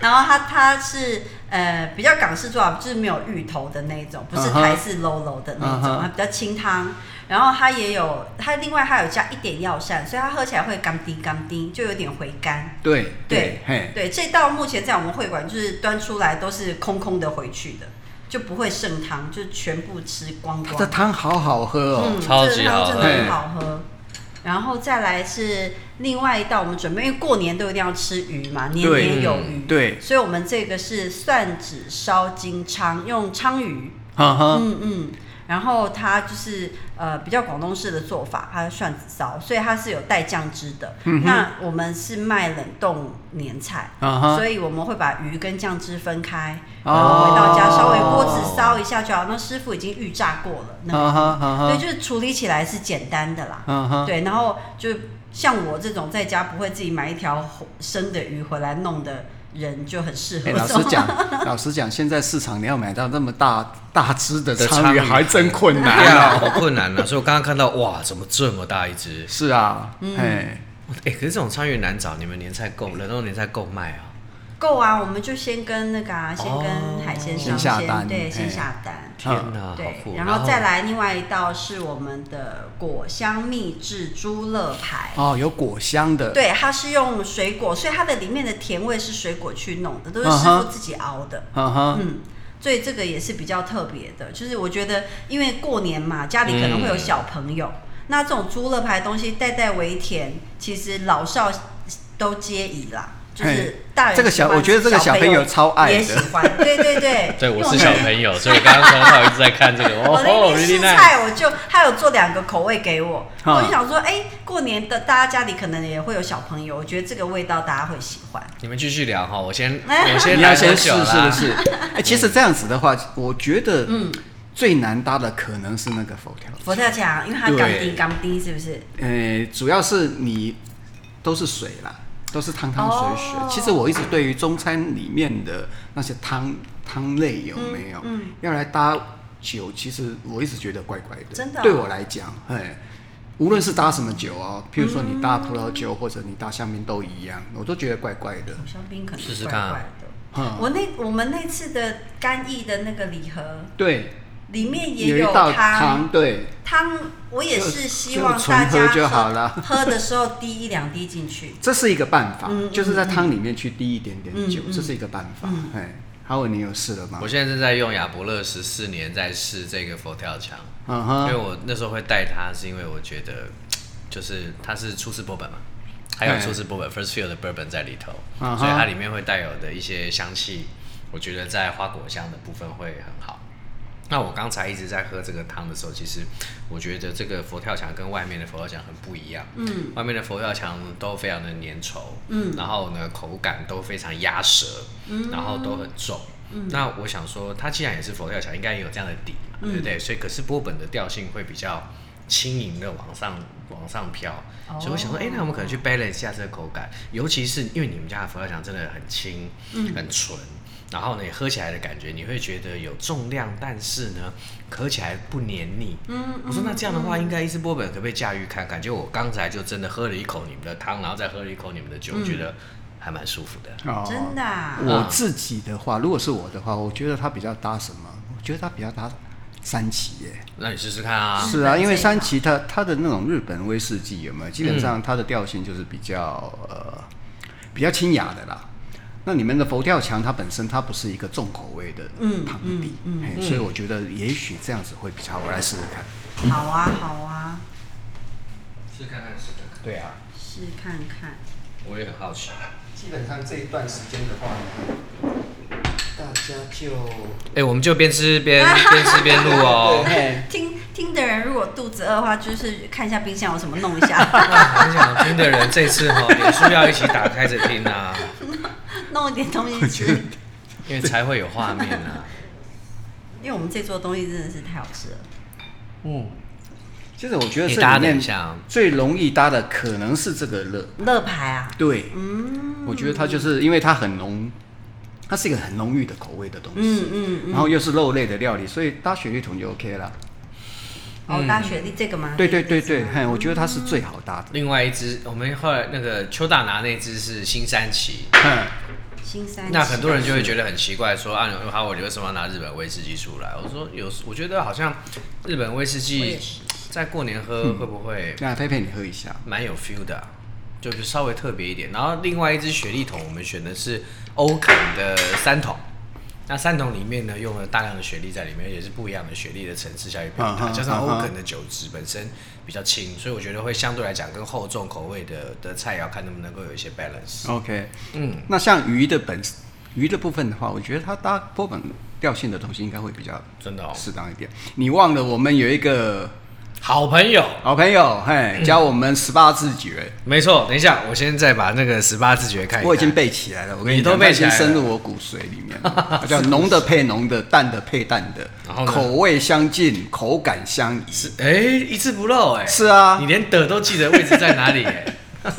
Speaker 3: 然后它它是呃比较港式做法，就是没有芋头的那一种，不是
Speaker 2: 嗯哼
Speaker 3: 台式 low low 的那一
Speaker 2: 嗯
Speaker 3: 种
Speaker 2: 哼
Speaker 3: 它比较清汤。然后它也有，它另外还有加一点药膳，所以它喝起来会甘丁甘丁，就有点回甘。
Speaker 2: 对
Speaker 3: 对
Speaker 2: 嘿，
Speaker 3: 对，这道目前在我们会馆就是端出来都是空空的回去的，就不会剩汤，就全部吃光
Speaker 2: 它的
Speaker 3: 光。
Speaker 2: 汤好好喝哦。
Speaker 3: 嗯，
Speaker 1: 超级
Speaker 3: 这个汤
Speaker 1: 好
Speaker 3: 真
Speaker 1: 喝
Speaker 3: 的很好喝。然后再来是另外一道，我们准备，因为过年都一定要吃鱼嘛，年
Speaker 2: 对
Speaker 3: 年有
Speaker 1: 嗯
Speaker 3: 余。
Speaker 2: 对，
Speaker 3: 所以我们这个是蒜子烧金鲳，用鲳鱼，
Speaker 2: 哈哈，
Speaker 3: 嗯嗯，然后它就是呃比较广东式的做法，它是蒜子烧，所以它是有带酱汁的。那我们是卖冷冻年菜。
Speaker 2: 嗯啊哈，
Speaker 3: 所以我们会把鱼跟酱汁分开，
Speaker 2: 哦
Speaker 3: 然后回到家稍微锅子烧一下就好。那师傅已经预炸过了，那
Speaker 2: 啊哈，啊
Speaker 3: 对，
Speaker 2: 哈，
Speaker 3: 就是处理起来是简单的啦。
Speaker 2: 啊哈，
Speaker 3: 对，然后就像我这种在家不会自己买一条活生的鱼回来弄的人，就很适合
Speaker 2: 哎，
Speaker 3: 这
Speaker 2: 老
Speaker 3: 种。
Speaker 2: 实讲，老实讲，现在市场你要买到那么大大只的
Speaker 1: 的
Speaker 2: 鲳
Speaker 1: 鲳
Speaker 2: 鱼
Speaker 1: 鱼
Speaker 2: 还真困
Speaker 1: 对
Speaker 2: 难
Speaker 1: 啊，
Speaker 2: 啊。
Speaker 1: 好困难了、所以我刚刚看到，哇，怎么这么大一只？
Speaker 2: 是啊，
Speaker 3: 嗯
Speaker 2: 哎，
Speaker 1: 哎、可是这种鲳鱼难找，你们年菜够，冷冻年菜够卖啊？
Speaker 3: 够啊，我们就先跟那个啊，先
Speaker 1: 哦
Speaker 3: 跟海鲜
Speaker 2: 先
Speaker 3: 商
Speaker 2: 下
Speaker 3: 先
Speaker 2: 单
Speaker 3: 对，先
Speaker 2: 嘿
Speaker 3: 下单。
Speaker 1: 天哪，啊好
Speaker 3: 对
Speaker 1: 酷！，
Speaker 3: 然后再来另外一道是我们的果香秘制猪肋排。
Speaker 2: 哦，有果香的，
Speaker 3: 对，它是用水果，所以它的里面的甜味是水果去弄的，都是
Speaker 2: 嗯
Speaker 3: 师傅
Speaker 2: 哼
Speaker 3: 自己熬的。
Speaker 2: 啊哈，
Speaker 3: 嗯，所以这个也是比较特别的，就是我觉得因为过年嘛，家里可能会有小朋友，
Speaker 2: 嗯
Speaker 3: 那这种猪肋排的东西代代为甜，其实老少都皆宜啦。就是
Speaker 2: 嘿
Speaker 3: 大人
Speaker 2: 这个
Speaker 3: 喜欢
Speaker 2: 小我觉得这个小
Speaker 3: 小朋
Speaker 2: 朋友超爱
Speaker 3: 也
Speaker 2: 的
Speaker 3: 喜欢，对对对
Speaker 1: ，对，
Speaker 3: 因为
Speaker 1: 我是
Speaker 3: 那
Speaker 1: 小
Speaker 3: 天
Speaker 1: 朋友，所以我刚刚从头到尾一直在看这个。
Speaker 3: 我
Speaker 1: 哦
Speaker 3: 那
Speaker 1: 哦
Speaker 3: 天
Speaker 1: ，really
Speaker 3: 试
Speaker 1: nice。
Speaker 3: 菜，我就他有做两个口味给我，
Speaker 2: 啊
Speaker 3: 我就想说，哎、过年的大家家里可能也会有小朋友，我觉得这个味道大家会喜欢。
Speaker 1: 你们继续聊哈，我 先
Speaker 3: 我
Speaker 1: 我
Speaker 3: 先
Speaker 1: 先
Speaker 2: 你要
Speaker 1: 来
Speaker 2: 先试
Speaker 1: 酒
Speaker 2: 是
Speaker 1: 啦
Speaker 2: 不。是？
Speaker 3: 嗯
Speaker 2: 哎，其实这样子的话，我觉得，嗯，最难搭的可能是那个佛跳
Speaker 3: 佛
Speaker 2: 墙，
Speaker 3: 跳墙，因为它
Speaker 1: 对
Speaker 3: 刚丁刚丁，是不是？
Speaker 2: 呃，主要是你都是水啦。都是汤汤水水。
Speaker 3: 哦
Speaker 2: 其实我一直对于中餐里面的那些汤汤类有没有、
Speaker 3: 嗯
Speaker 2: 要来搭酒，其实我一直觉得怪怪的。
Speaker 3: 真的啊
Speaker 2: 对我来讲，哎，无论是搭什么酒哦，譬如说你搭葡萄酒或者你搭香槟都一样，我都觉得怪怪的。
Speaker 3: 香槟可能
Speaker 1: 试试
Speaker 3: 怪
Speaker 1: 看啊
Speaker 3: 怪的。
Speaker 2: 嗯
Speaker 3: 我那我们那次的干邑的那个礼盒
Speaker 2: 对，
Speaker 3: 里面也
Speaker 2: 有一道
Speaker 3: 汤，
Speaker 2: 汤，对，
Speaker 3: 汤我也是希望
Speaker 2: 就就
Speaker 3: 大家
Speaker 2: 纯喝就好
Speaker 3: 喝
Speaker 2: 了
Speaker 3: 喝的时候滴一两滴进去。
Speaker 2: 这是一个办法，
Speaker 3: 嗯
Speaker 2: 就是在汤里面去滴一点点酒，
Speaker 3: 嗯嗯
Speaker 2: 这是一个办法
Speaker 3: 嗯。
Speaker 2: 哎、哈文，你有试了吗
Speaker 1: 我？现在正在用亚伯乐十四年在试这个佛跳墙，
Speaker 2: 嗯
Speaker 1: 因为
Speaker 2: 哼，
Speaker 1: 我那时候会带它，是因为我觉得就是它是初次波本嘛，还有
Speaker 2: 嗯
Speaker 1: 初次波本 first fill 的 bourbon 在里头，
Speaker 2: 嗯哼
Speaker 1: 所以它里面会带有的一些香气，我觉得在花果香的部分会很好。那我刚才一直在喝这个汤的时候，其实我觉得这个佛跳墙跟外面的佛跳墙很不一样。
Speaker 3: 嗯
Speaker 1: 外面的佛跳墙都非常的粘稠，
Speaker 3: 嗯
Speaker 1: 然后呢口感都非常压舌，
Speaker 3: 嗯
Speaker 1: 然后都很重。那我想说，它既然也是佛跳墙，应该也有这样的底嘛，
Speaker 3: 嗯
Speaker 1: 对不对？所以可是波本的调性会比较轻盈的往上往上飘，
Speaker 3: 哦
Speaker 1: 所以我想说，哎、那我们可能去 balance 一下这个口感，尤其是因为你们家的佛跳墙真的很轻，
Speaker 3: 嗯
Speaker 1: 很纯。然后呢，喝起来的感觉你会觉得有重量，但是呢，喝起来不黏腻。
Speaker 3: 嗯
Speaker 1: 我说那这样的话，应该伊斯波本可不可以驾驭看看？结果我刚才就真的喝了一口你们的汤，然后再喝了一口你们的酒，觉得还蛮舒服的。
Speaker 2: 哦
Speaker 3: 真的啊
Speaker 2: 我自己的话，如果是我的话，我觉得它比较搭什么？我觉得它比较搭三旗耶。
Speaker 1: 那你试试看啊。
Speaker 2: 是啊，
Speaker 3: 日本
Speaker 2: 因为
Speaker 3: 这一
Speaker 2: 三
Speaker 3: 套
Speaker 2: 旗它它的那种日本威士忌有
Speaker 3: 嗯
Speaker 2: 没有？基本上它的调性就是比较、呃比较清雅的啦。那你们的佛跳墙它本身它不是一个重口味的
Speaker 3: 嗯
Speaker 2: 汤底，
Speaker 3: 嗯嗯
Speaker 2: 嘿所以我觉得也许这样子会比较好。我来试试看。
Speaker 3: 好啊好啊，
Speaker 1: 试看看，试看看。
Speaker 2: 对啊，
Speaker 3: 试看看。
Speaker 1: 我也很好奇。
Speaker 2: 基本上这一段时间的话，大家就
Speaker 1: 哎、我们就边吃 边边吃边录哦。
Speaker 3: 听听的人如果肚子饿的话，就是看一下冰箱有什么弄一 下，
Speaker 1: 哇很想听的人，这次哈、脸书要一起打开着听啊，
Speaker 3: 弄一点东西吃。
Speaker 1: 因为才会有画面啊。
Speaker 3: 因为我们这桌东西真的是太好吃了。
Speaker 1: 嗯，
Speaker 2: 其实我觉得
Speaker 1: 你
Speaker 2: 这
Speaker 1: 搭
Speaker 2: 里
Speaker 1: 的很
Speaker 2: 面
Speaker 1: 像
Speaker 2: 最容易搭的可能是这个乐，
Speaker 3: 乐牌啊，
Speaker 2: 对，
Speaker 3: 嗯
Speaker 2: 我觉得它就是因为它很浓，它是一个很浓郁的口味的东西，
Speaker 3: 嗯嗯嗯，
Speaker 2: 然后又是肉类的料理，所以搭雪莉桶就 OK 了。
Speaker 3: 哦，大雪莉这个吗？
Speaker 2: 嗯对对对对，
Speaker 3: 这个是吗啊
Speaker 2: 嘿，我觉得它是最好搭的。
Speaker 1: 另外一只，我们后来那个邱大拿那只是新三旗，
Speaker 2: 嗯，
Speaker 3: 新三
Speaker 1: 那很多人就会觉得很奇怪，说啊，你哈我为什么要拿日本威士忌出来？我说有，我觉得好像日本威士
Speaker 3: 我
Speaker 1: 忌
Speaker 3: 也是
Speaker 1: 在过年喝
Speaker 2: 嗯
Speaker 1: 会不会
Speaker 2: 那佩佩你喝一下，
Speaker 1: 蛮有 feel 的啊、就是稍微特别一点。然后另外一支雪莉桶，我们选的是欧肯的三桶。那三桶里面呢，用了大量的雪莉在里面，也是不一样的雪莉的层次下去表达，
Speaker 2: 嗯哼
Speaker 1: 加上
Speaker 2: 嗯哼
Speaker 1: 欧肯的酒质本身比较轻，所以我觉得会相对来讲跟厚重口味的的菜肴看能不能够有一些 balance。
Speaker 2: OK，
Speaker 1: 嗯，
Speaker 2: 那像鱼的本鱼的部分的话，我觉得它搭波本调性的东西应该会比较
Speaker 1: 真的哦，
Speaker 2: 适当一点。你忘了我们有一个
Speaker 1: 好朋友。
Speaker 2: 好朋友，嘿，教我们十八字诀，
Speaker 1: 没错，等一下，我先再把那个十八字诀看一看。
Speaker 2: 我已经背起来了。我跟
Speaker 1: 你
Speaker 2: 讲
Speaker 1: 都背起来
Speaker 2: 它已经深
Speaker 1: 了
Speaker 2: 入我骨髓里面 了，它叫浓的配浓的，淡的配淡的
Speaker 1: 然后，呢
Speaker 2: 口味相近，口感相宜。
Speaker 1: 是哎、一字不漏哎、
Speaker 2: 是啊
Speaker 1: 你连的都记得位置在哪里哎、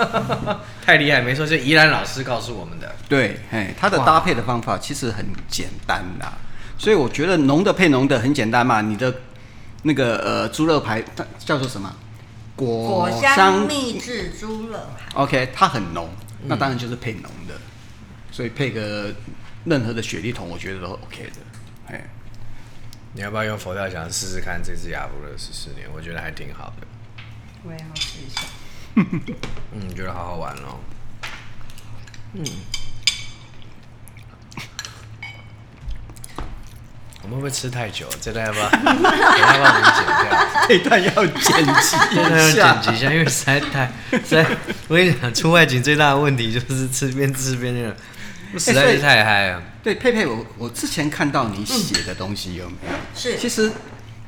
Speaker 1: 太厉害，没错，就怡然老师告诉我们的。
Speaker 2: 对，嘿，它的搭配的方法其实很简单啦，所以我觉得浓的配浓的很简单嘛。你的那个呃猪肉排，它叫做什么？
Speaker 3: 果
Speaker 2: 果
Speaker 3: 香秘制猪肋排，
Speaker 2: OK，它很浓，
Speaker 1: 嗯
Speaker 2: 那当然就是配浓的，所以配个任何的雪莉桶，我觉得都 OK 的。哎，
Speaker 1: 你要不要用佛跳墙试试看这只雅布勒十四年？我觉得还挺好的，
Speaker 3: 我也要试一下。
Speaker 1: 嗯，觉得好好玩哦。嗯，我们会不会吃太久？这段要不要？ 要不要我们剪掉？
Speaker 2: 这段要剪辑
Speaker 1: 真的
Speaker 2: 一
Speaker 1: 要剪。
Speaker 2: 下
Speaker 1: 辑一下，因为实在太实在，我跟你讲，出外景最大的问题就是吃边吃边那个，实在是太嗨了。
Speaker 2: 对，佩佩，我我之前看到你写的东西有没有？
Speaker 3: 是
Speaker 2: 其实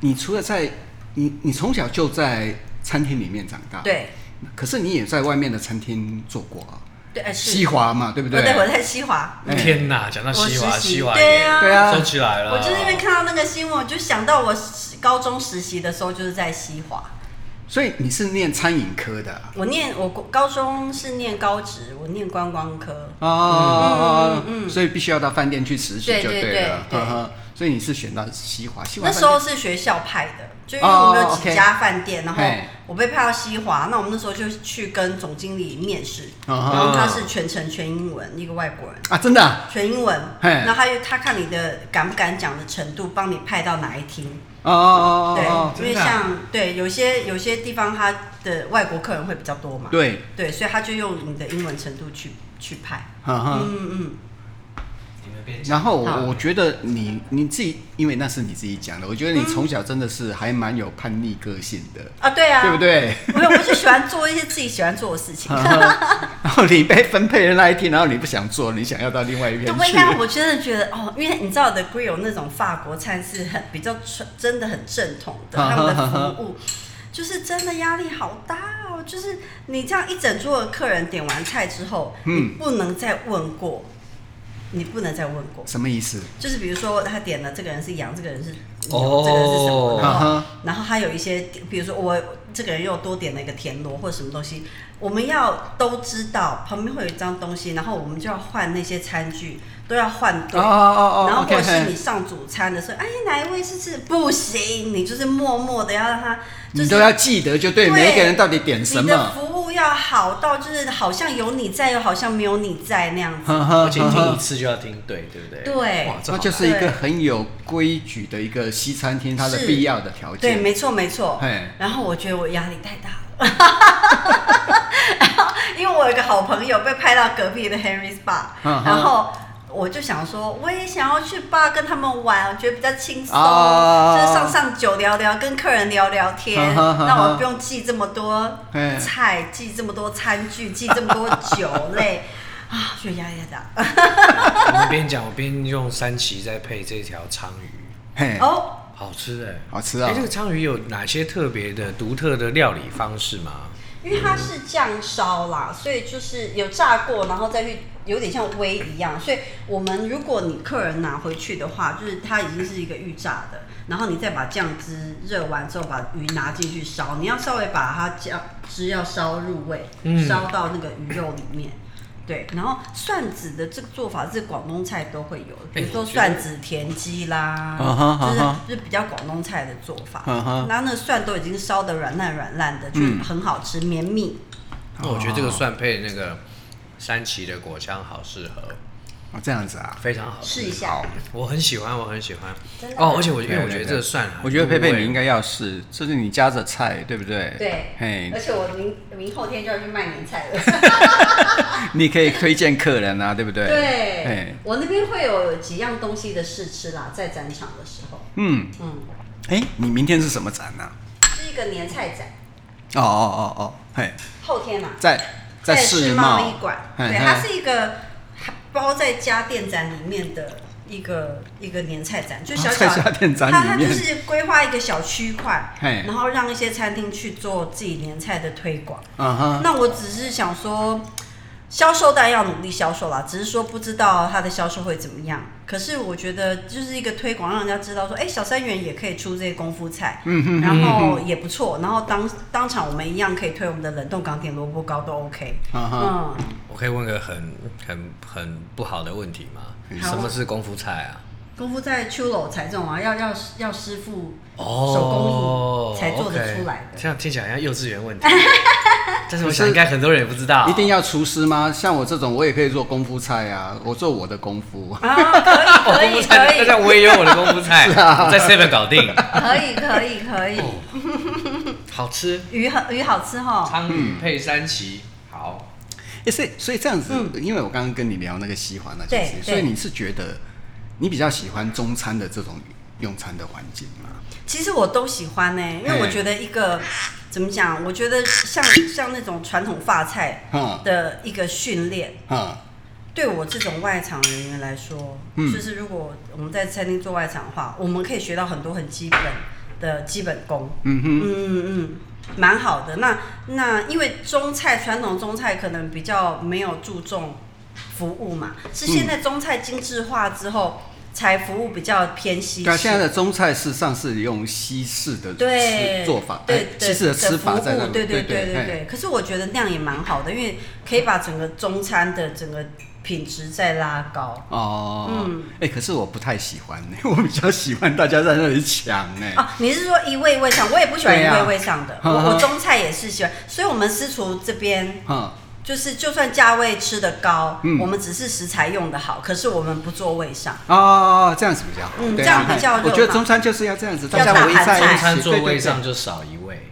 Speaker 2: 你除了在你你从小就在餐厅里面长大，
Speaker 3: 对
Speaker 2: 可是你也在外面的餐厅做过啊，
Speaker 3: 对，呃是
Speaker 2: 西华嘛，对不
Speaker 3: 哦
Speaker 2: 对？
Speaker 3: 对，我在西华。
Speaker 2: 哎
Speaker 1: 天哪，讲到啊西
Speaker 3: 我
Speaker 1: 华，
Speaker 3: 实习
Speaker 1: 西华
Speaker 3: 对啊
Speaker 2: 对啊
Speaker 1: 收起来了。
Speaker 3: 我就是因为看到那个新闻，我就想到我高中实习的时候就是在西华。
Speaker 2: 所以你是念餐饮科的啊
Speaker 3: 我念我国高中是念高职，我念观光科。
Speaker 2: 哦，
Speaker 3: 嗯嗯嗯嗯
Speaker 2: 所以必须要到饭店去实习
Speaker 3: 对
Speaker 2: 就
Speaker 3: 对
Speaker 2: 了。
Speaker 3: 对对
Speaker 2: 呵呵所以你是选到西华，西华
Speaker 3: 那
Speaker 2: 饭
Speaker 3: 时候
Speaker 2: 店哦
Speaker 3: 是学校派的，就因为我们有几家饭店，然后
Speaker 2: 嘿
Speaker 3: 我被派到西华，那我们那时候就去跟总经理面试，
Speaker 2: 哦
Speaker 3: 然后他是全程全英文，一个外国人。
Speaker 2: 啊，真的啊
Speaker 3: 全英文，
Speaker 2: 嘿
Speaker 3: 然后他又他看你的敢不敢讲的程度，帮你派到哪一厅。
Speaker 2: 哦哦
Speaker 3: 对，
Speaker 2: 哦
Speaker 3: 因为
Speaker 1: 真的啊
Speaker 3: 像对有些有些地方他的外国客人会比较多嘛，
Speaker 2: 哦，对，
Speaker 3: 对，所以他就用你的英文程度去去派。
Speaker 2: 哈哈，
Speaker 3: 嗯嗯，
Speaker 1: 你们边讲。
Speaker 2: 然后
Speaker 3: 好
Speaker 2: 我我觉得你你自己，因为那是你自己讲的，我觉得你从小真的是还蛮有叛逆个性的，
Speaker 3: 啊，对啊，
Speaker 2: 对不？对？
Speaker 3: 没有，我就喜欢做一些自己喜欢做的 事情。
Speaker 2: 然后然后你被分配的那一天，然后你不想做，你想要到另外一边
Speaker 3: 对，我应
Speaker 2: 去。
Speaker 3: 该我真的觉得哦，因为你知道 The Grill 那种法国餐是很比较纯真的很正统的，他们的服务就是真的压力好大哦。就是你这样一整桌的客人点完菜之后，
Speaker 2: 嗯
Speaker 3: 你不能再问过，你不能再问过。
Speaker 2: 什么意思？
Speaker 3: 就是比如说他点了这个人是羊，这个人是牛，
Speaker 4: 哦
Speaker 3: 这个人是什么，然
Speaker 2: 哈
Speaker 3: 后
Speaker 2: 哈
Speaker 3: 然后他有一些，比如说我这个人又多点了一个田螺或者什么东西，我们要都知道旁边会有一张东西，然后我们就要换那些餐具，都要换对。
Speaker 2: 哦哦
Speaker 3: 然
Speaker 2: 哦
Speaker 3: 后或
Speaker 2: ，OK，
Speaker 3: 者是你
Speaker 2: 嘿
Speaker 3: 上主餐的时候，哎，哪一位是吃不行，你就是默默的要让他，就是、
Speaker 2: 你都要记得，就对
Speaker 3: 对
Speaker 2: 每一个人到底点什
Speaker 3: 你的
Speaker 2: 么。
Speaker 3: 服务要好到就是好像有你在，又好像没有你在那样子。
Speaker 2: 呵呵
Speaker 4: 而且听一次就要听对，对不对？
Speaker 3: 对
Speaker 4: 哇，这
Speaker 2: 那
Speaker 4: 好
Speaker 2: 就
Speaker 4: 难。
Speaker 2: 是一
Speaker 3: 对
Speaker 2: 个很有规矩的一个西餐厅，它的
Speaker 3: 是
Speaker 2: 必要的条件。
Speaker 3: 对，没错没错
Speaker 2: 嘿。
Speaker 3: 然后我觉得我压力太大了，因为我有一个好朋友被派到隔壁的 Henry's Bar，
Speaker 2: 嗯嗯
Speaker 3: 然后。我就想说，我也想要去 bar 跟他们玩，我觉得比较轻松，
Speaker 2: 哦
Speaker 3: 就是上上酒聊聊，跟客人聊聊天，
Speaker 2: 嗯哼嗯哼
Speaker 3: 那我不用记这么多
Speaker 2: 嘿
Speaker 3: 菜，记这么多餐具，记这么多酒 类，啊，觉得压力太大。
Speaker 1: 你们边讲，我边用三旗在配这条鲳鱼，
Speaker 2: 嘿，
Speaker 3: 哦，
Speaker 1: 好吃哎、
Speaker 2: 好吃
Speaker 1: 哎、
Speaker 2: 啊
Speaker 1: 这！个鲳鱼有哪些特别的、独特的料理方式吗？
Speaker 3: 因为它是酱烧啦，所以就是有炸过，然后再去有点像煨一样。所以我们如果你客人拿回去的话，就是它已经是一个预炸的，然后你再把酱汁热完之后，把鱼拿进去烧，你要稍微把它酱汁要烧入味，
Speaker 1: 嗯
Speaker 3: 烧到那个鱼肉里面。对，然后蒜子的这个做法是广东菜都会有的，比如说
Speaker 1: 哎我觉得
Speaker 3: 蒜子田鸡啦，
Speaker 2: 啊哈啊
Speaker 3: 就是
Speaker 2: 哈
Speaker 3: 就是比较广东菜的做法。
Speaker 1: 啊
Speaker 2: 嗯哼
Speaker 3: 然后那个蒜都已经烧的软烂软烂的，就
Speaker 2: 嗯
Speaker 3: 很好吃，绵密。
Speaker 1: 那我觉得这
Speaker 3: 哦
Speaker 1: 个蒜配那个三旗的果香好适合，
Speaker 2: 哦，这样子啊。
Speaker 1: 非常好吃
Speaker 3: 试一下，
Speaker 1: 我很喜欢，我很喜欢
Speaker 3: 真的。吗
Speaker 1: 哦，而且我因为我觉得这个蒜啊，
Speaker 2: 我觉得佩佩你应
Speaker 1: 该
Speaker 2: 该要试，这是你家的菜，对不对？
Speaker 3: 对，
Speaker 2: 嘿
Speaker 3: 而，且我明明后天就要去卖年菜了。
Speaker 2: 你可以推荐客人啊，对 不对？
Speaker 3: 对
Speaker 2: 嘿，，
Speaker 3: 我那边会有几样东西的试吃啦，在展场的时候，
Speaker 2: 嗯，
Speaker 3: 嗯，
Speaker 2: 哎，你明天是什么展呢？
Speaker 3: 是一个年菜展，
Speaker 2: 哦哦哦哦，嘿，
Speaker 3: 后天啦，
Speaker 2: 在在世
Speaker 3: 贸
Speaker 2: 贸
Speaker 3: 易馆，
Speaker 2: 嘿
Speaker 3: 对，
Speaker 2: 嘿
Speaker 3: 它是一个包在家电展里面的。一个一个年菜展，就小小
Speaker 2: 包在家电展里
Speaker 3: 它它就
Speaker 2: 面
Speaker 3: 是规划一个小区块，
Speaker 2: 嘿
Speaker 3: 然后让一些餐厅去做自己年菜的推广。
Speaker 2: 嗯哼，
Speaker 3: 那我只是想说，销售当然要努力销售啦，只是说不知道它的销售会怎么样。可是我觉得就是一个推广，让人家知道说，哎、小三元也可以出这些功夫菜，嗯然后也不错。然后当当场我们一样可以推我们的冷冻港点萝卜糕都 OK。
Speaker 2: 嗯哼，
Speaker 3: 嗯，
Speaker 1: 我可以问个很很很不好的问题吗？
Speaker 3: 好啊
Speaker 1: 什么是功夫菜啊？
Speaker 3: 功夫在秋楼才这种啊，要要要师傅
Speaker 1: 哦，
Speaker 3: 手工艺才做得出来
Speaker 1: OK
Speaker 3: 的。
Speaker 1: 这样听起来好像幼稚园问 题，但是我想应该很多人也不知道，
Speaker 2: 一定要厨师吗？像我这种，我也可以做功夫菜啊，我做我的功夫。
Speaker 3: 啊，
Speaker 1: 哦
Speaker 3: 可
Speaker 1: 功夫
Speaker 3: 以
Speaker 1: 菜，
Speaker 3: 可以
Speaker 1: 那这样我也有我的功夫 菜，
Speaker 2: 啊
Speaker 1: 我在 seven 搞定，
Speaker 3: 可以可以可
Speaker 1: 哦
Speaker 3: 以，
Speaker 1: 好吃，
Speaker 3: 鱼很鱼好吃哈，
Speaker 1: 汤鱼
Speaker 2: 嗯
Speaker 1: 配三旗，好。
Speaker 2: 诶所以所以这样子，因为我刚刚跟你聊那个西环那
Speaker 3: 嗯对
Speaker 2: 件事，
Speaker 3: 对
Speaker 2: 所以你是觉得你比较喜欢中餐的这种用餐的环境吗？
Speaker 3: 其实我都喜欢呢、因为我觉得一个怎么讲，我觉得像像那种传统法菜
Speaker 2: 哈
Speaker 3: 的一个训练，
Speaker 2: 哈，
Speaker 3: 对我这种外场人员来说，
Speaker 2: 嗯
Speaker 3: 就是如果我们在餐厅做外场的话，我们可以学到很多很基本的基本功。
Speaker 2: 嗯哼，
Speaker 3: 嗯嗯，蛮好的。那那因为中菜传统中菜可能比较没有注重服务嘛，是
Speaker 2: 嗯
Speaker 3: 现在中菜精致化之后，才服务比较偏西式。
Speaker 2: 对啊，现在的中菜事实上是用西式的
Speaker 3: 对
Speaker 2: 吃做法，
Speaker 3: 对
Speaker 2: 哎
Speaker 3: 对
Speaker 2: 西式的吃法
Speaker 3: 服务
Speaker 2: 在那里，
Speaker 3: 对
Speaker 2: 对
Speaker 3: 对对对
Speaker 2: 哎
Speaker 3: 对。可是我觉得那样也蛮好的，因为可以把整个中餐的整个品质再拉高。
Speaker 2: 哦，
Speaker 3: 嗯
Speaker 2: 哎、可是我不太喜欢、 我比较喜欢大家在那里抢哎、
Speaker 3: 啊，你是说一位一位上？我也不喜欢一
Speaker 2: 对啊
Speaker 3: 位一位上的，
Speaker 2: 呵呵
Speaker 3: 我我中菜也是喜欢，所以我们私厨这边
Speaker 2: 哈、
Speaker 3: 就是就算价位吃的高，
Speaker 2: 嗯
Speaker 3: 我们只是食材用的好，可是我们不做位上。
Speaker 2: 哦，这样子比较好，
Speaker 3: 嗯
Speaker 2: 对啊
Speaker 3: 这样比较热
Speaker 2: 我觉得
Speaker 3: 闹
Speaker 2: 中餐就是要这样子，大
Speaker 3: 要
Speaker 2: 家
Speaker 3: 大
Speaker 2: 围
Speaker 3: 喊
Speaker 2: 在一
Speaker 3: 菜
Speaker 1: 中
Speaker 2: 起，
Speaker 1: 餐座
Speaker 2: 对对
Speaker 1: 位
Speaker 2: 对
Speaker 1: 上就少一位，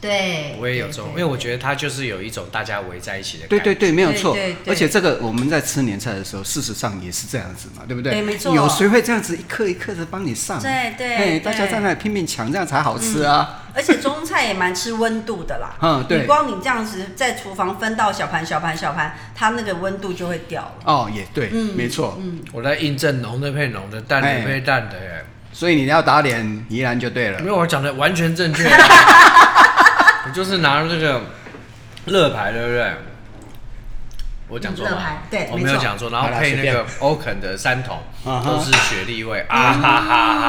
Speaker 3: 对，
Speaker 1: 我也有这种，因为我觉得它就是有一种大家围在一起的感
Speaker 2: 对
Speaker 1: 觉。
Speaker 2: 对对，没有
Speaker 3: 对
Speaker 2: 错
Speaker 3: 对。对
Speaker 2: 而且这个我们在吃年菜的时候，事实上也是这样子嘛，对不对？
Speaker 3: 对没错
Speaker 2: 有谁会这样子一颗一颗的帮你上？
Speaker 3: 对对
Speaker 2: 嘿
Speaker 3: 对
Speaker 2: 大家在那里拼命抢，这样才好吃啊。
Speaker 3: 而且中菜也蛮吃温度的啦。
Speaker 2: 嗯对
Speaker 3: 你光你这样子在厨房分到小盘小盘小盘，它那个温度就会掉了。
Speaker 2: 哦，也对，
Speaker 3: 嗯
Speaker 2: 没错。
Speaker 1: 我在印证浓的配浓的，淡
Speaker 2: 哎
Speaker 1: 的配淡的，哎，
Speaker 2: 所以你要打脸宜兰就对了
Speaker 1: 没。有我讲的完全 正确。我就是拿这个乐牌，对不对？我讲错
Speaker 3: 嗯乐
Speaker 1: 吗
Speaker 3: 牌？对
Speaker 1: 我
Speaker 3: 没
Speaker 1: 没有
Speaker 3: 错
Speaker 1: 讲错。然后
Speaker 2: 好啦
Speaker 1: 配
Speaker 2: 随
Speaker 1: 那
Speaker 2: 便
Speaker 1: 个欧肯的三桶
Speaker 2: 啊哈嗯
Speaker 1: 都是雪莉味，啊哈哈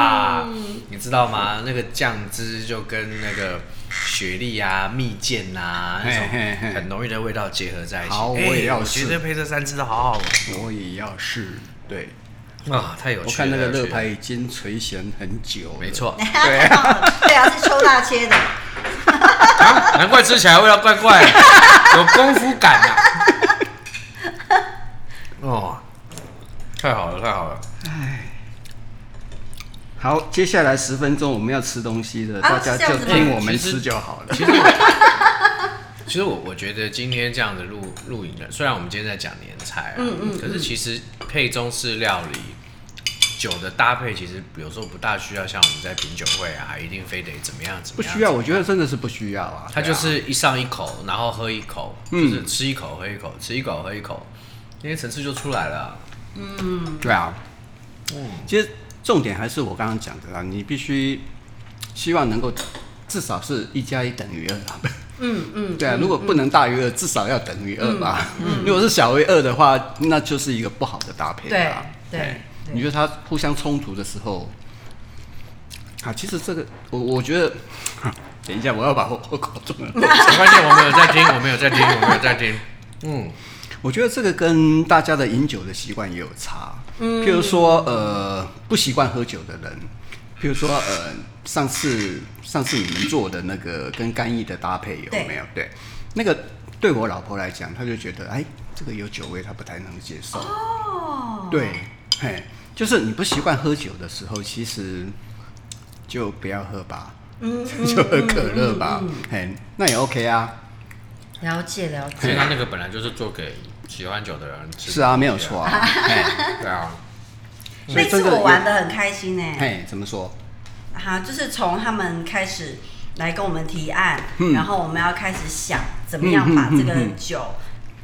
Speaker 1: 哈！你知道吗？那个酱汁就跟那个雪莉啊、蜜饯啊那
Speaker 2: 嘿嘿嘿
Speaker 1: 种很浓郁的味道结合在一起。
Speaker 2: 好
Speaker 1: 哎
Speaker 2: 我也要
Speaker 1: 我觉
Speaker 2: 试
Speaker 1: 得配这三支都好好
Speaker 2: 我也要试。对，
Speaker 1: 闻啊，太有趣了。
Speaker 2: 我看那个
Speaker 1: 太有
Speaker 2: 乐
Speaker 1: 趣了
Speaker 2: 牌，已经垂涎很久了。
Speaker 1: 没。 错，
Speaker 3: 对啊， 对啊，是邱大切的。
Speaker 1: 啊难怪吃起来味道怪怪的， 有功夫感啊！哦，太好了，太好了！
Speaker 2: 好，接下来十分钟我们要吃东西的，
Speaker 3: 啊
Speaker 2: 大家
Speaker 3: 是这样
Speaker 2: 就
Speaker 3: 子吗
Speaker 2: 听我们
Speaker 1: 哎其实
Speaker 2: 吃就好了。
Speaker 1: 其实我我觉得今天这样的录录影的，虽然我们今天在讲年菜、啊，
Speaker 3: 嗯嗯
Speaker 1: 可是其实配中式料理酒的搭配，其实有时候不大需要像我们在品酒会啊，一定非得怎么样怎
Speaker 2: 不
Speaker 1: 么样。
Speaker 2: 需要，我觉得真的是不需要啊。
Speaker 1: 它
Speaker 2: 对
Speaker 1: 就
Speaker 2: 啊
Speaker 1: 是一上一口，然后喝一口，
Speaker 2: 嗯
Speaker 1: 就是吃一口喝一口，吃一口喝一口，那些层次就出来了啊。
Speaker 2: 对啊，其实重点还是我刚刚讲的啦，你必须希望能够至少是一加一等于二啦。
Speaker 3: 嗯 嗯，
Speaker 2: 对啊，如果不能大于二，至少要等于二吧。如果是小于二的话，那就是一个不好的搭配
Speaker 3: 对
Speaker 2: 啦。
Speaker 3: 对
Speaker 2: 哎
Speaker 3: 对
Speaker 2: 你觉得它互相冲突的时候，啊，其实这个啊我我觉得， 等一下我要把我我搞中了。
Speaker 1: 没关系，我们有在听，我们有在听，我们有在听。嗯，
Speaker 2: 我觉得这个跟大家的饮酒的习惯也有差。譬如说，呃，不习惯喝酒的人，譬如说，呃，上次上次你们做的那个跟干邑的搭配有没有？对，那个对我老婆来讲，她就觉得，哎，这个有酒味，她不太能接受。
Speaker 3: 哦，
Speaker 2: 对，嘿，就是你不习惯喝酒的时候，其实就不要喝吧，就喝可乐吧，嘿，那也 OK 啊。
Speaker 3: 了解了
Speaker 1: 所以
Speaker 3: 解。
Speaker 1: 他那个本来就是做给喜欢酒的人吃。
Speaker 2: 是啊，没有错。啊。嘿，
Speaker 1: 对啊，
Speaker 2: 所
Speaker 3: 那
Speaker 2: 以
Speaker 3: 次
Speaker 2: 真的
Speaker 3: 我
Speaker 2: 有
Speaker 3: 玩的很开心欸呢。
Speaker 2: 嘿，怎么说？
Speaker 3: 好，就是从他们开始来跟我们提案，
Speaker 2: 嗯
Speaker 3: 然后我们要开始想怎么样把这个酒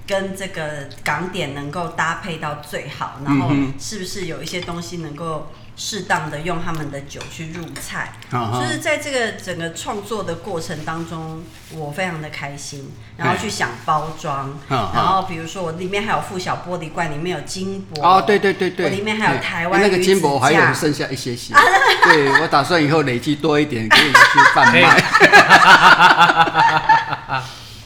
Speaker 3: 跟这个港点能够搭配到最好，然后
Speaker 2: 嗯
Speaker 3: 是不是有一些东西能够适当的用他们的酒去入菜。
Speaker 2: 啊哈
Speaker 3: 就是在这个整个创作的过程当中，我非常的开心，然后去想包装，
Speaker 2: 哎啊哈
Speaker 3: 然后比如说我里面还有附小玻璃罐，里面有金箔
Speaker 2: 哦，对对对对，
Speaker 3: 我里面还有
Speaker 2: 对
Speaker 3: 台湾
Speaker 2: 那个
Speaker 3: 鱼
Speaker 2: 金
Speaker 3: 子
Speaker 2: 箔还有
Speaker 3: 酱
Speaker 2: 剩下一些些，对我打算以后累积多一点，可以去贩
Speaker 1: 可以
Speaker 2: 卖。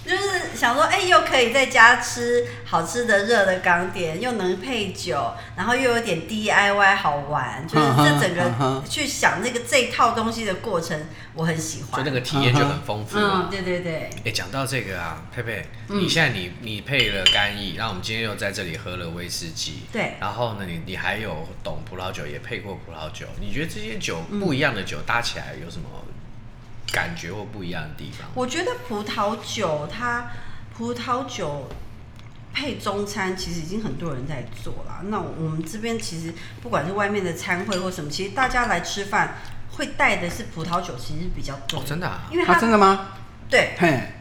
Speaker 3: 就是想说，哎、又可以在家吃好吃的热的港点，又能配酒，然后又有点 DIY 好玩，就是这整
Speaker 2: 嗯
Speaker 3: 个
Speaker 2: 哼
Speaker 3: 去想那个这一套东西的过程，我很喜
Speaker 1: 就
Speaker 3: 欢
Speaker 1: 那。个体验就很丰富
Speaker 3: 嗯，
Speaker 1: 啊。
Speaker 3: 对对对，
Speaker 1: 哎，讲到这个啊，佩佩，你现在你你配了干邑，那我们今天又在这里喝了威士忌，
Speaker 3: 对
Speaker 1: 然后呢，你你还有懂葡萄酒，也配过葡萄酒，你觉得这些酒不一样的酒搭起来有什么感觉或不一样的地方？
Speaker 3: 我觉得葡萄酒它葡萄酒配中餐，其实已经很多人在做了。那我们这边其实不管是外面的餐会或什么，其实大家来吃饭会带的是葡萄酒，其实比较多，
Speaker 1: 哦，真的啊，
Speaker 3: 因为
Speaker 2: 啊，
Speaker 3: 它
Speaker 2: 真的吗？
Speaker 3: 对
Speaker 2: 嘿，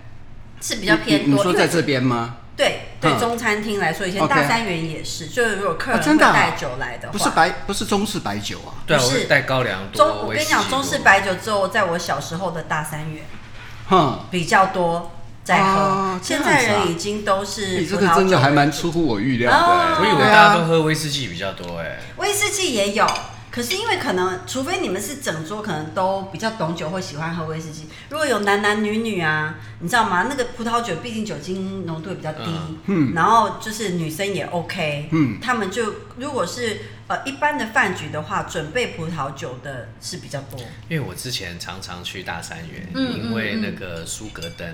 Speaker 3: 是比较偏
Speaker 2: 你
Speaker 3: 多。
Speaker 2: 你说
Speaker 3: 因为
Speaker 2: 在这边吗？
Speaker 3: 对对，
Speaker 2: 嗯
Speaker 3: 中餐厅来说，以前
Speaker 2: OK
Speaker 3: 大三元也是，就是如果客人
Speaker 2: 啊
Speaker 3: 会
Speaker 2: 真的啊
Speaker 3: 带酒来的话，
Speaker 2: 不是白，不是中式白酒啊。
Speaker 1: 对啊，
Speaker 3: 不
Speaker 1: 我
Speaker 3: 是
Speaker 1: 是带高粱多，
Speaker 3: 中，我
Speaker 1: 威
Speaker 3: 跟你
Speaker 1: 士
Speaker 3: 讲，
Speaker 1: 忌
Speaker 3: 中式
Speaker 1: 多
Speaker 3: 白酒只有在我小时候的大三元
Speaker 2: 哼，
Speaker 3: 比较多在喝，
Speaker 2: 哦这
Speaker 3: 现
Speaker 2: 样子啊
Speaker 3: 在人已经都是
Speaker 2: 你这
Speaker 3: 葡
Speaker 2: 个
Speaker 3: 萄
Speaker 2: 真
Speaker 3: 酒
Speaker 2: 的还蛮出乎我预料
Speaker 3: 哦
Speaker 2: 的。
Speaker 1: 我以为
Speaker 2: 对
Speaker 1: 大家
Speaker 2: 啊
Speaker 1: 都喝威士忌比较多哎、
Speaker 3: 威士忌也有，可是因为可能，除非你们是整桌可能都比较懂酒或喜欢喝威士忌，如果有男男女女啊，你知道吗？那个葡萄酒毕竟酒精浓度也比较低，嗯，然后就是女生也 OK，嗯，他们就如果是呃一般的饭局的话，准备葡萄酒的是比较多，
Speaker 1: 因为我之前常常去大三元，
Speaker 3: 嗯
Speaker 1: 因为那个苏格登。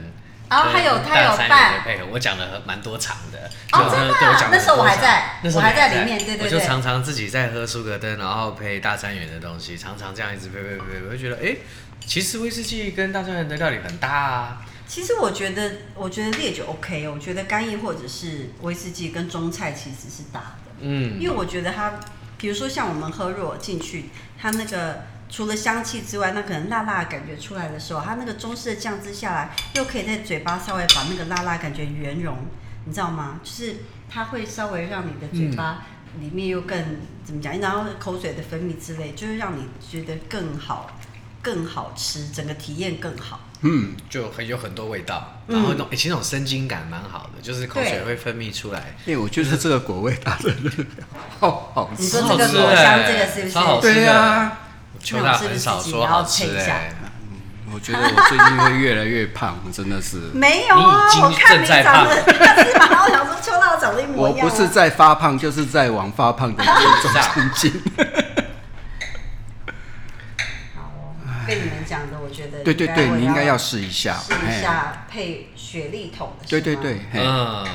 Speaker 3: 然后哦还有
Speaker 1: 跟
Speaker 3: 他有
Speaker 1: 大三元的
Speaker 3: 办，
Speaker 1: 配合，我讲了蛮多场的。
Speaker 3: 哦
Speaker 1: 就
Speaker 3: 真的啊
Speaker 1: 对我讲了
Speaker 3: 那时候我还
Speaker 1: 很多场
Speaker 3: 在
Speaker 1: 那时候
Speaker 3: 我还
Speaker 1: 你
Speaker 3: 在
Speaker 1: 还
Speaker 3: 里面对对
Speaker 1: 我就
Speaker 3: 对
Speaker 1: 常常自己在喝苏格登，然后配大三元的东西，常常这样一直配配配，配我就觉得哎、诶其实威士忌跟大三元的料理很搭啊。
Speaker 3: 其实我觉得，我觉得烈酒 OK，我觉得干邑或者是威士忌跟中菜其实是搭的，
Speaker 1: 嗯，
Speaker 3: 因为我觉得它，比如说像我们喝肉进去，它那个除了香气之外，那可能辣辣的感觉出来的时候，它那个中式的酱汁下来，又可以在嘴巴稍微把那个辣辣感觉圆融，你知道吗？就是它会稍微让你的嘴巴里面又更、怎么讲，然后口水的分泌之类，就是让你觉得更好、更好吃，整个体验更好。
Speaker 2: 嗯，
Speaker 1: 就很有很多味道，
Speaker 3: 嗯
Speaker 1: 然后那种、诶其实那种生津感蛮好的，就是口水
Speaker 3: 对
Speaker 1: 会分泌出来。
Speaker 2: 哎、我觉得这个果味打的 好好
Speaker 3: 你
Speaker 2: 吃。
Speaker 3: 说
Speaker 1: 好
Speaker 3: 这个
Speaker 1: 吃
Speaker 3: 果香
Speaker 1: 欸
Speaker 3: 这个是不是
Speaker 1: 超好吃的。哦
Speaker 2: 对啊，
Speaker 1: 邱大很少说好吃
Speaker 3: 那我是不是自己也要
Speaker 1: 哎、
Speaker 2: 我觉得我最近会越来越胖，真的 是。
Speaker 3: 没有啊，
Speaker 1: 嗯你已经
Speaker 3: 我看
Speaker 1: 正
Speaker 3: 你
Speaker 1: 在
Speaker 3: 长
Speaker 1: 胖
Speaker 3: 得，是吧？我想说秋道长得一模
Speaker 2: 我
Speaker 3: 一样、啊。
Speaker 2: 不是在发胖，就是在往发 胖的路中前进。
Speaker 3: 好哦，被你们讲的，我觉得
Speaker 2: 哎对对对，
Speaker 3: 我
Speaker 2: 你应该要试一下。哎
Speaker 3: 试一下配雪莉桶的。
Speaker 2: 嘿对对
Speaker 3: 是吗
Speaker 2: 对，，嘿
Speaker 1: 嗯，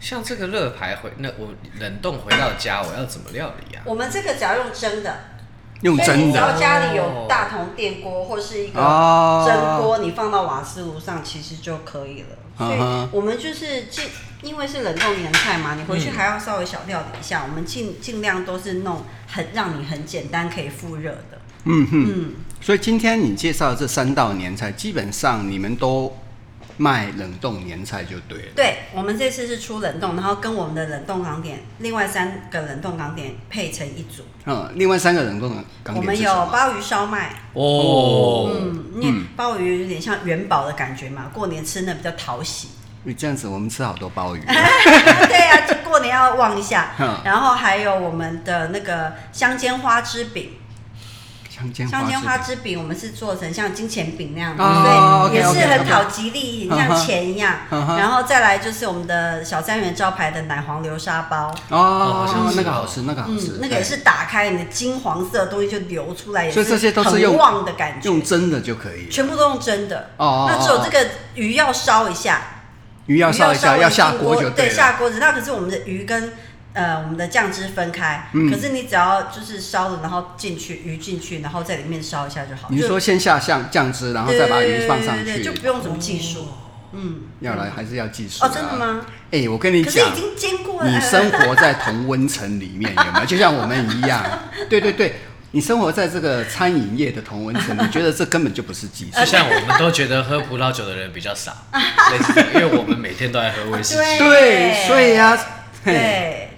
Speaker 1: 像这个乐牌回那我冷冻回到家，我要怎么料理啊？
Speaker 3: 我哦们这个只要用蒸的，
Speaker 2: 用
Speaker 3: 所以
Speaker 2: 真
Speaker 3: 你只要
Speaker 2: 的。
Speaker 3: 家里有大同电锅或是一个
Speaker 2: 哦
Speaker 3: 蒸锅，你放到瓦斯炉上其实就可以了。所以
Speaker 2: 嗯哼
Speaker 3: 我们就是尽，因为是冷冻年菜嘛，你回去还要稍微小料理一下。我们尽尽量都是弄很让你很简单可以复热的。
Speaker 2: 嗯哼。
Speaker 3: 嗯，
Speaker 2: 所以今天你介绍的这三道年菜，基本上你们都卖冷冻年菜就对了。
Speaker 3: 对，我们这次是出冷冻，然后跟我们的冷冻港点，另外三个冷冻港点配成一组。
Speaker 2: 嗯，另外三个冷冻的
Speaker 3: 我
Speaker 2: 港点
Speaker 3: 们
Speaker 2: 是
Speaker 3: 有
Speaker 2: 什么？
Speaker 3: 鲍鱼烧麦，
Speaker 1: 哦，
Speaker 3: 嗯，因为鲍鱼有点像元宝的感觉嘛，过年吃那比较 讨喜。
Speaker 2: 你这样子，我们吃好多鲍 鱼。
Speaker 3: 对呀、就过年要望一下
Speaker 2: 嗯。
Speaker 3: 然后还有我们的那个香煎花枝饼，
Speaker 2: 香煎
Speaker 3: 香煎
Speaker 2: 花
Speaker 3: 花
Speaker 2: 枝
Speaker 3: 枝饼我们是做成像金钱饼那样的，
Speaker 2: 哦
Speaker 3: 所以也是
Speaker 2: OK，OK，OK
Speaker 3: 很讨吉利，很像钱一样。
Speaker 2: 嗯哼
Speaker 3: 然后再来就是我们的小三元招牌的奶黄流沙包。
Speaker 2: 饼哦
Speaker 1: 好像是
Speaker 2: 那个好吃，那个好吃
Speaker 3: 嗯，，那个也是打开你的金黄色的东西就流出来，
Speaker 2: 对。
Speaker 3: 也
Speaker 2: 哎所以这些都是
Speaker 3: 很
Speaker 2: 用
Speaker 3: 旺的感觉，
Speaker 2: 用蒸的就可以了。
Speaker 3: 全部都用蒸的。
Speaker 2: 哦哦哦
Speaker 3: 那只有这个鱼要烧一下，
Speaker 2: 鱼要烧一下，
Speaker 3: 鱼
Speaker 2: 要下锅就
Speaker 3: 对，
Speaker 2: 了。
Speaker 3: 下锅子。那可是我们的鱼跟呃我们的酱汁分开，
Speaker 2: 嗯
Speaker 3: 可是你只要就是烧了，然后进去鱼进去，然后在里面烧一下就好。
Speaker 2: 你是说先下酱酱汁，然后再把鱼放上
Speaker 3: 对对对对
Speaker 2: 去哦
Speaker 3: 对，就不用什么技术。嗯，
Speaker 2: 要来还是要技术
Speaker 3: 哦，
Speaker 2: 啊？
Speaker 3: 真的吗？
Speaker 2: 哎，我跟你
Speaker 3: 可是已
Speaker 2: 讲，
Speaker 3: 经煎过了。
Speaker 2: 你生活在同温层里面，有没有？就像我们一 样，对对对，你生活在这个餐饮业的同温层，你觉得这根本就不是技术
Speaker 3: 呃
Speaker 1: 就。像我们都觉得喝葡萄酒的人比较 少，类似这样因为我们每天都在喝威士忌。
Speaker 3: 对
Speaker 2: 对，所以呀、嘿，
Speaker 3: 哎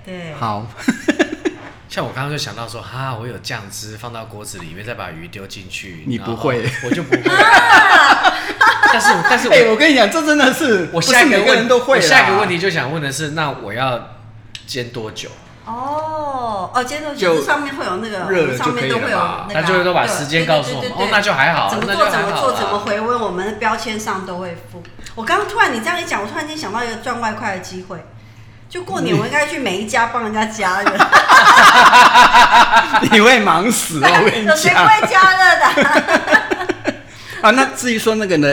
Speaker 3: 对对，
Speaker 2: 好，
Speaker 1: 像我刚刚就想到说，哈，我有酱汁放到锅子里面，再把鱼丢进去。
Speaker 2: 你
Speaker 1: 然后
Speaker 2: 不会
Speaker 1: 我就 不会。但是，但是
Speaker 2: 哎、
Speaker 1: 我
Speaker 2: 我跟你讲，这真的是
Speaker 1: 我
Speaker 2: 不是
Speaker 1: 下一个
Speaker 2: 每个
Speaker 1: 问
Speaker 2: 人都会
Speaker 1: 我
Speaker 2: 啦
Speaker 1: 下一个问题就想问的是，那我要煎多久？
Speaker 3: 哦哦，煎豆
Speaker 2: 就
Speaker 3: 就是上面会有那个
Speaker 2: 热了就
Speaker 3: 上
Speaker 2: 可
Speaker 3: 面
Speaker 2: 以
Speaker 3: 都
Speaker 2: 了
Speaker 3: 会有
Speaker 2: 吧
Speaker 3: 那个
Speaker 1: 那
Speaker 3: 啊，
Speaker 1: 就是都把
Speaker 3: 对
Speaker 1: 时间告诉我们，
Speaker 3: 对对对
Speaker 1: 哦，那就还好，
Speaker 3: 怎么
Speaker 1: 那
Speaker 3: 做
Speaker 1: 就
Speaker 3: 怎
Speaker 1: 还
Speaker 3: 么
Speaker 1: 好
Speaker 3: 做
Speaker 1: 啦
Speaker 3: 怎么回温，我们的标签上都会附。我刚刚突然你这样一讲，我突然间想到一个赚外快的机会，就过年我应该去每一家帮人家加 热，
Speaker 2: 你会忙死哦！
Speaker 1: 哎
Speaker 2: 我跟你
Speaker 3: 有谁不
Speaker 2: 讲
Speaker 3: 哎会加热的 啊？
Speaker 2: 啊，那至于说那个呢，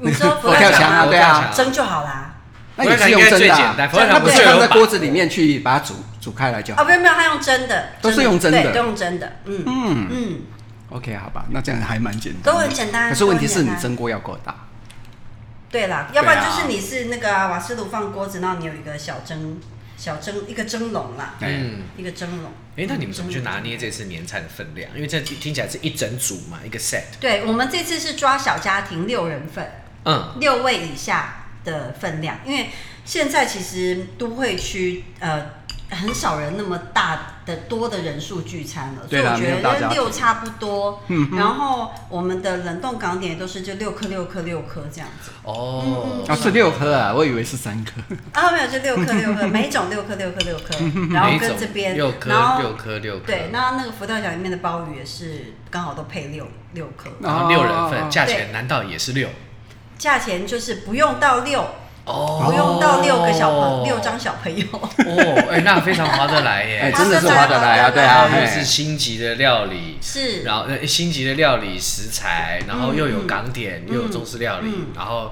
Speaker 3: 你说不
Speaker 2: 佛
Speaker 3: 会
Speaker 2: 跳
Speaker 1: 墙
Speaker 2: 墙啊，
Speaker 1: 佛
Speaker 2: 对
Speaker 1: 跳
Speaker 2: 啊
Speaker 1: 墙，
Speaker 3: 蒸就好啦。
Speaker 2: 那也是用
Speaker 1: 佛
Speaker 2: 蒸
Speaker 1: 跳
Speaker 2: 的、
Speaker 1: 墙应该最
Speaker 2: 啊
Speaker 1: 简单，佛跳
Speaker 2: 那
Speaker 1: 墙
Speaker 2: 不
Speaker 1: 不
Speaker 2: 是
Speaker 1: 是
Speaker 2: 放
Speaker 1: 有
Speaker 2: 在
Speaker 1: 把
Speaker 2: 锅子里面去把它煮煮开来就好。
Speaker 3: 哦，没有没有，他用蒸的，
Speaker 2: 都是用蒸的
Speaker 3: 对，都用蒸的，嗯
Speaker 2: 嗯
Speaker 3: 嗯，
Speaker 2: OK，好吧，那这样还蛮简单的，
Speaker 3: 都很简单
Speaker 2: 可是问题是
Speaker 3: 都很
Speaker 2: 你
Speaker 3: 简单
Speaker 2: 蒸锅要够大，
Speaker 3: 对啦，要不然
Speaker 2: 对
Speaker 3: 就
Speaker 2: 啊
Speaker 3: 是你是那个啊瓦斯炉放锅子，然后你有一个小蒸小蒸一个蒸笼啦，
Speaker 2: 嗯，
Speaker 1: 嗯，
Speaker 3: 一个蒸笼。
Speaker 1: 哎，那你们怎么去拿捏这次年菜的分量？因为这听起来是一整组嘛，一个 set。
Speaker 3: 对，我们这次是抓小家庭六人份，
Speaker 1: 嗯，
Speaker 3: 六位以下的分量，因为现在其实都会区呃很少人那么大的多的人数聚餐了，所以
Speaker 2: 对啦
Speaker 3: 我觉
Speaker 2: 没有大家
Speaker 3: 得
Speaker 2: 庭
Speaker 3: 六差不多。
Speaker 1: 嗯
Speaker 3: 然后我们的冷冻港点都是就六颗六颗六颗这样子嗯
Speaker 1: 哦，
Speaker 2: 啊，是六颗啊，我以为是三颗。
Speaker 3: 啊，没有就六颗 六颗，每一种六颗六颗六颗，然
Speaker 1: 每
Speaker 3: 后
Speaker 1: 一种
Speaker 3: 跟这边
Speaker 1: 六颗
Speaker 3: 然后
Speaker 1: 六颗六颗，
Speaker 3: 对，那那个佛跳墙里面的鲍鱼也是刚好都配六六颗，
Speaker 1: 然后六人哦
Speaker 2: 哦
Speaker 1: 份，价钱难道也是六？
Speaker 3: 价钱就是不用到六，
Speaker 1: 哦
Speaker 3: 我用到六个小朋六张小 朋友，
Speaker 1: 哦，哎，那非常划得来哎耶，
Speaker 2: 哎、 真的是划得来啊，对啊，
Speaker 1: 又
Speaker 2: 嘿
Speaker 1: 是星级的料理，
Speaker 3: 是
Speaker 1: 然后呃星级的料理食材，然后又有港点，
Speaker 3: 嗯
Speaker 1: 又有中式料理，
Speaker 3: 嗯
Speaker 1: 然后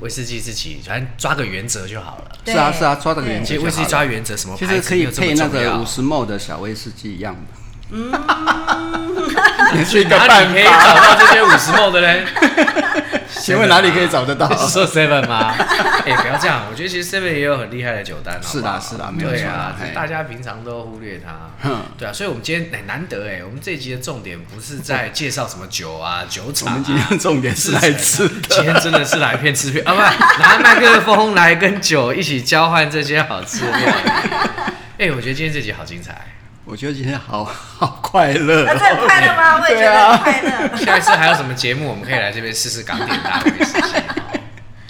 Speaker 1: 威士忌自己，反正抓个原则就好了。
Speaker 3: 对
Speaker 2: 是啊是啊抓得原则
Speaker 1: 其实威士忌抓原则，什么
Speaker 2: 其
Speaker 1: 牌
Speaker 2: 实
Speaker 1: 子
Speaker 2: 可以配那
Speaker 1: 没有这
Speaker 2: 个
Speaker 1: 么
Speaker 2: 五
Speaker 1: 重
Speaker 2: 十 ml 的小威士忌一样的，
Speaker 3: 嗯
Speaker 2: 也是一个
Speaker 1: 要哪
Speaker 2: 办
Speaker 1: 里可以找
Speaker 2: 法。
Speaker 1: 到这些五十 ml 的嘞？
Speaker 2: 请问哪里可以找得到？
Speaker 1: 是说啊 Seven 吗？哎、不要这样，我觉得其实 Seven 也有很厉害的酒单，好不好
Speaker 2: 是啦是啦没有
Speaker 1: 对
Speaker 2: 错
Speaker 1: 啊
Speaker 2: 啦，
Speaker 1: 只
Speaker 2: 嘿
Speaker 1: 是大家平常都忽略它
Speaker 2: 哼，
Speaker 1: 对啊，所以我们今天哎、难得哎、我们这一集的重点不是在介绍什么酒 啊、酒
Speaker 2: 我
Speaker 1: 厂、啊，
Speaker 2: 们今天重点是来吃 的，
Speaker 1: 今天真的是来骗吃骗啊，不拿麦克风来跟酒一起交换这些好吃的料 理。哎、我觉得今天这集好精彩，
Speaker 2: 我觉得今天好好快乐
Speaker 3: 啊那这很
Speaker 2: 哦。
Speaker 3: 快乐 吗？我也觉
Speaker 2: 对
Speaker 3: 得
Speaker 2: 啊
Speaker 3: 很快乐。
Speaker 1: 下一次还有什么节目，我们可以来这边试试港点大会试试。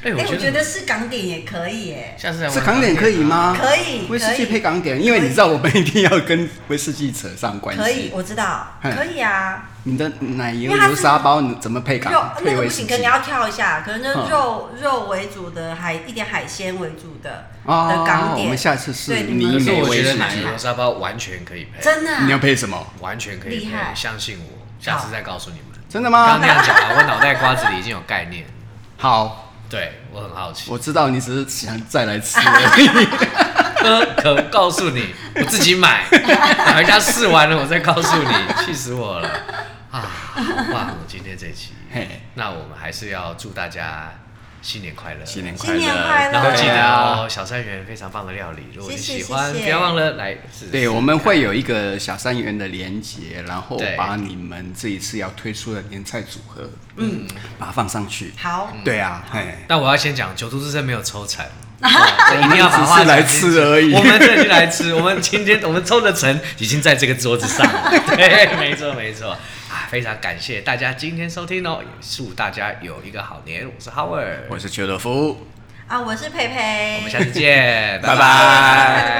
Speaker 1: 哎、
Speaker 3: 哎、
Speaker 1: 我
Speaker 3: 我
Speaker 1: 觉
Speaker 3: 觉
Speaker 1: 得
Speaker 3: 得是港点也可以耶，
Speaker 1: 下次来玩啊
Speaker 2: 是港点可以吗？
Speaker 3: 可以
Speaker 2: 威士忌
Speaker 3: 可以
Speaker 2: 配港点，因为你知道我们一定要跟威士忌扯上关系。
Speaker 3: 可以，我知道，
Speaker 2: 嗯
Speaker 3: 可以啊。
Speaker 2: 你的奶油
Speaker 3: 因为它是
Speaker 2: 流沙包你怎么配
Speaker 3: 肉
Speaker 2: 港？
Speaker 3: 那
Speaker 2: 配
Speaker 3: 个
Speaker 2: 威
Speaker 3: 不
Speaker 2: 士
Speaker 3: 行，
Speaker 2: 忌
Speaker 3: 可能要跳一下，可能就是
Speaker 2: 嗯
Speaker 3: 肉、肉为主的，海一点海鲜为主的、
Speaker 2: 哦
Speaker 3: 的港点。
Speaker 2: 我们下次试
Speaker 3: 对
Speaker 2: 你
Speaker 1: 可
Speaker 3: 们
Speaker 1: 是
Speaker 2: 美
Speaker 1: 我觉
Speaker 2: 威士
Speaker 1: 得
Speaker 2: 忌
Speaker 1: 奶油沙包完全可以配，
Speaker 3: 真的啊、
Speaker 2: 你要配什么？
Speaker 1: 完全可以
Speaker 3: 厉
Speaker 1: 配
Speaker 3: 害，哦
Speaker 1: 相信我，下次再告诉你们。
Speaker 2: 真的
Speaker 1: 刚刚
Speaker 2: 吗
Speaker 1: 那？样讲啊，我脑袋瓜子里已经有概念，
Speaker 2: 好，
Speaker 1: 对我很好奇。
Speaker 2: 我知道你只是想再来 吃而已。
Speaker 1: 可不告诉你，我自己买，买回家试完了我再告诉你，气死我了啊！好棒，我今天这期
Speaker 2: 嘿，
Speaker 1: 那我们还是要祝大家新年快乐，
Speaker 2: 新年啊快
Speaker 3: 新
Speaker 2: 乐！
Speaker 3: 年快
Speaker 1: 然后记
Speaker 3: 乐！
Speaker 1: 得哦，小三元非常棒的料理，如果你
Speaker 3: 谢谢
Speaker 1: 喜欢，
Speaker 3: 谢谢
Speaker 1: 不要忘了来试试。
Speaker 2: 对，我们会有一个小三元的连接，然后
Speaker 1: 对
Speaker 2: 把你们这一次要推出的年菜组合，嗯，把它放上去。
Speaker 3: 好，
Speaker 2: 对啊，嘿，
Speaker 1: 但我要先讲，九都之声没有抽 成，我 一定要把
Speaker 2: 只
Speaker 1: 话讲
Speaker 2: 是来
Speaker 1: 清楚
Speaker 2: 吃而已
Speaker 1: 我们这就来吃，我们今天我们抽的成已经在这个桌子上 了。对，没错没错啊，非常感谢大家今天收听哦，也祝大家有一个好年。我是 Howard，
Speaker 2: 我是邱德夫。
Speaker 3: 啊，我是佩佩，
Speaker 1: 我们下次见，
Speaker 2: 拜拜
Speaker 1: 拜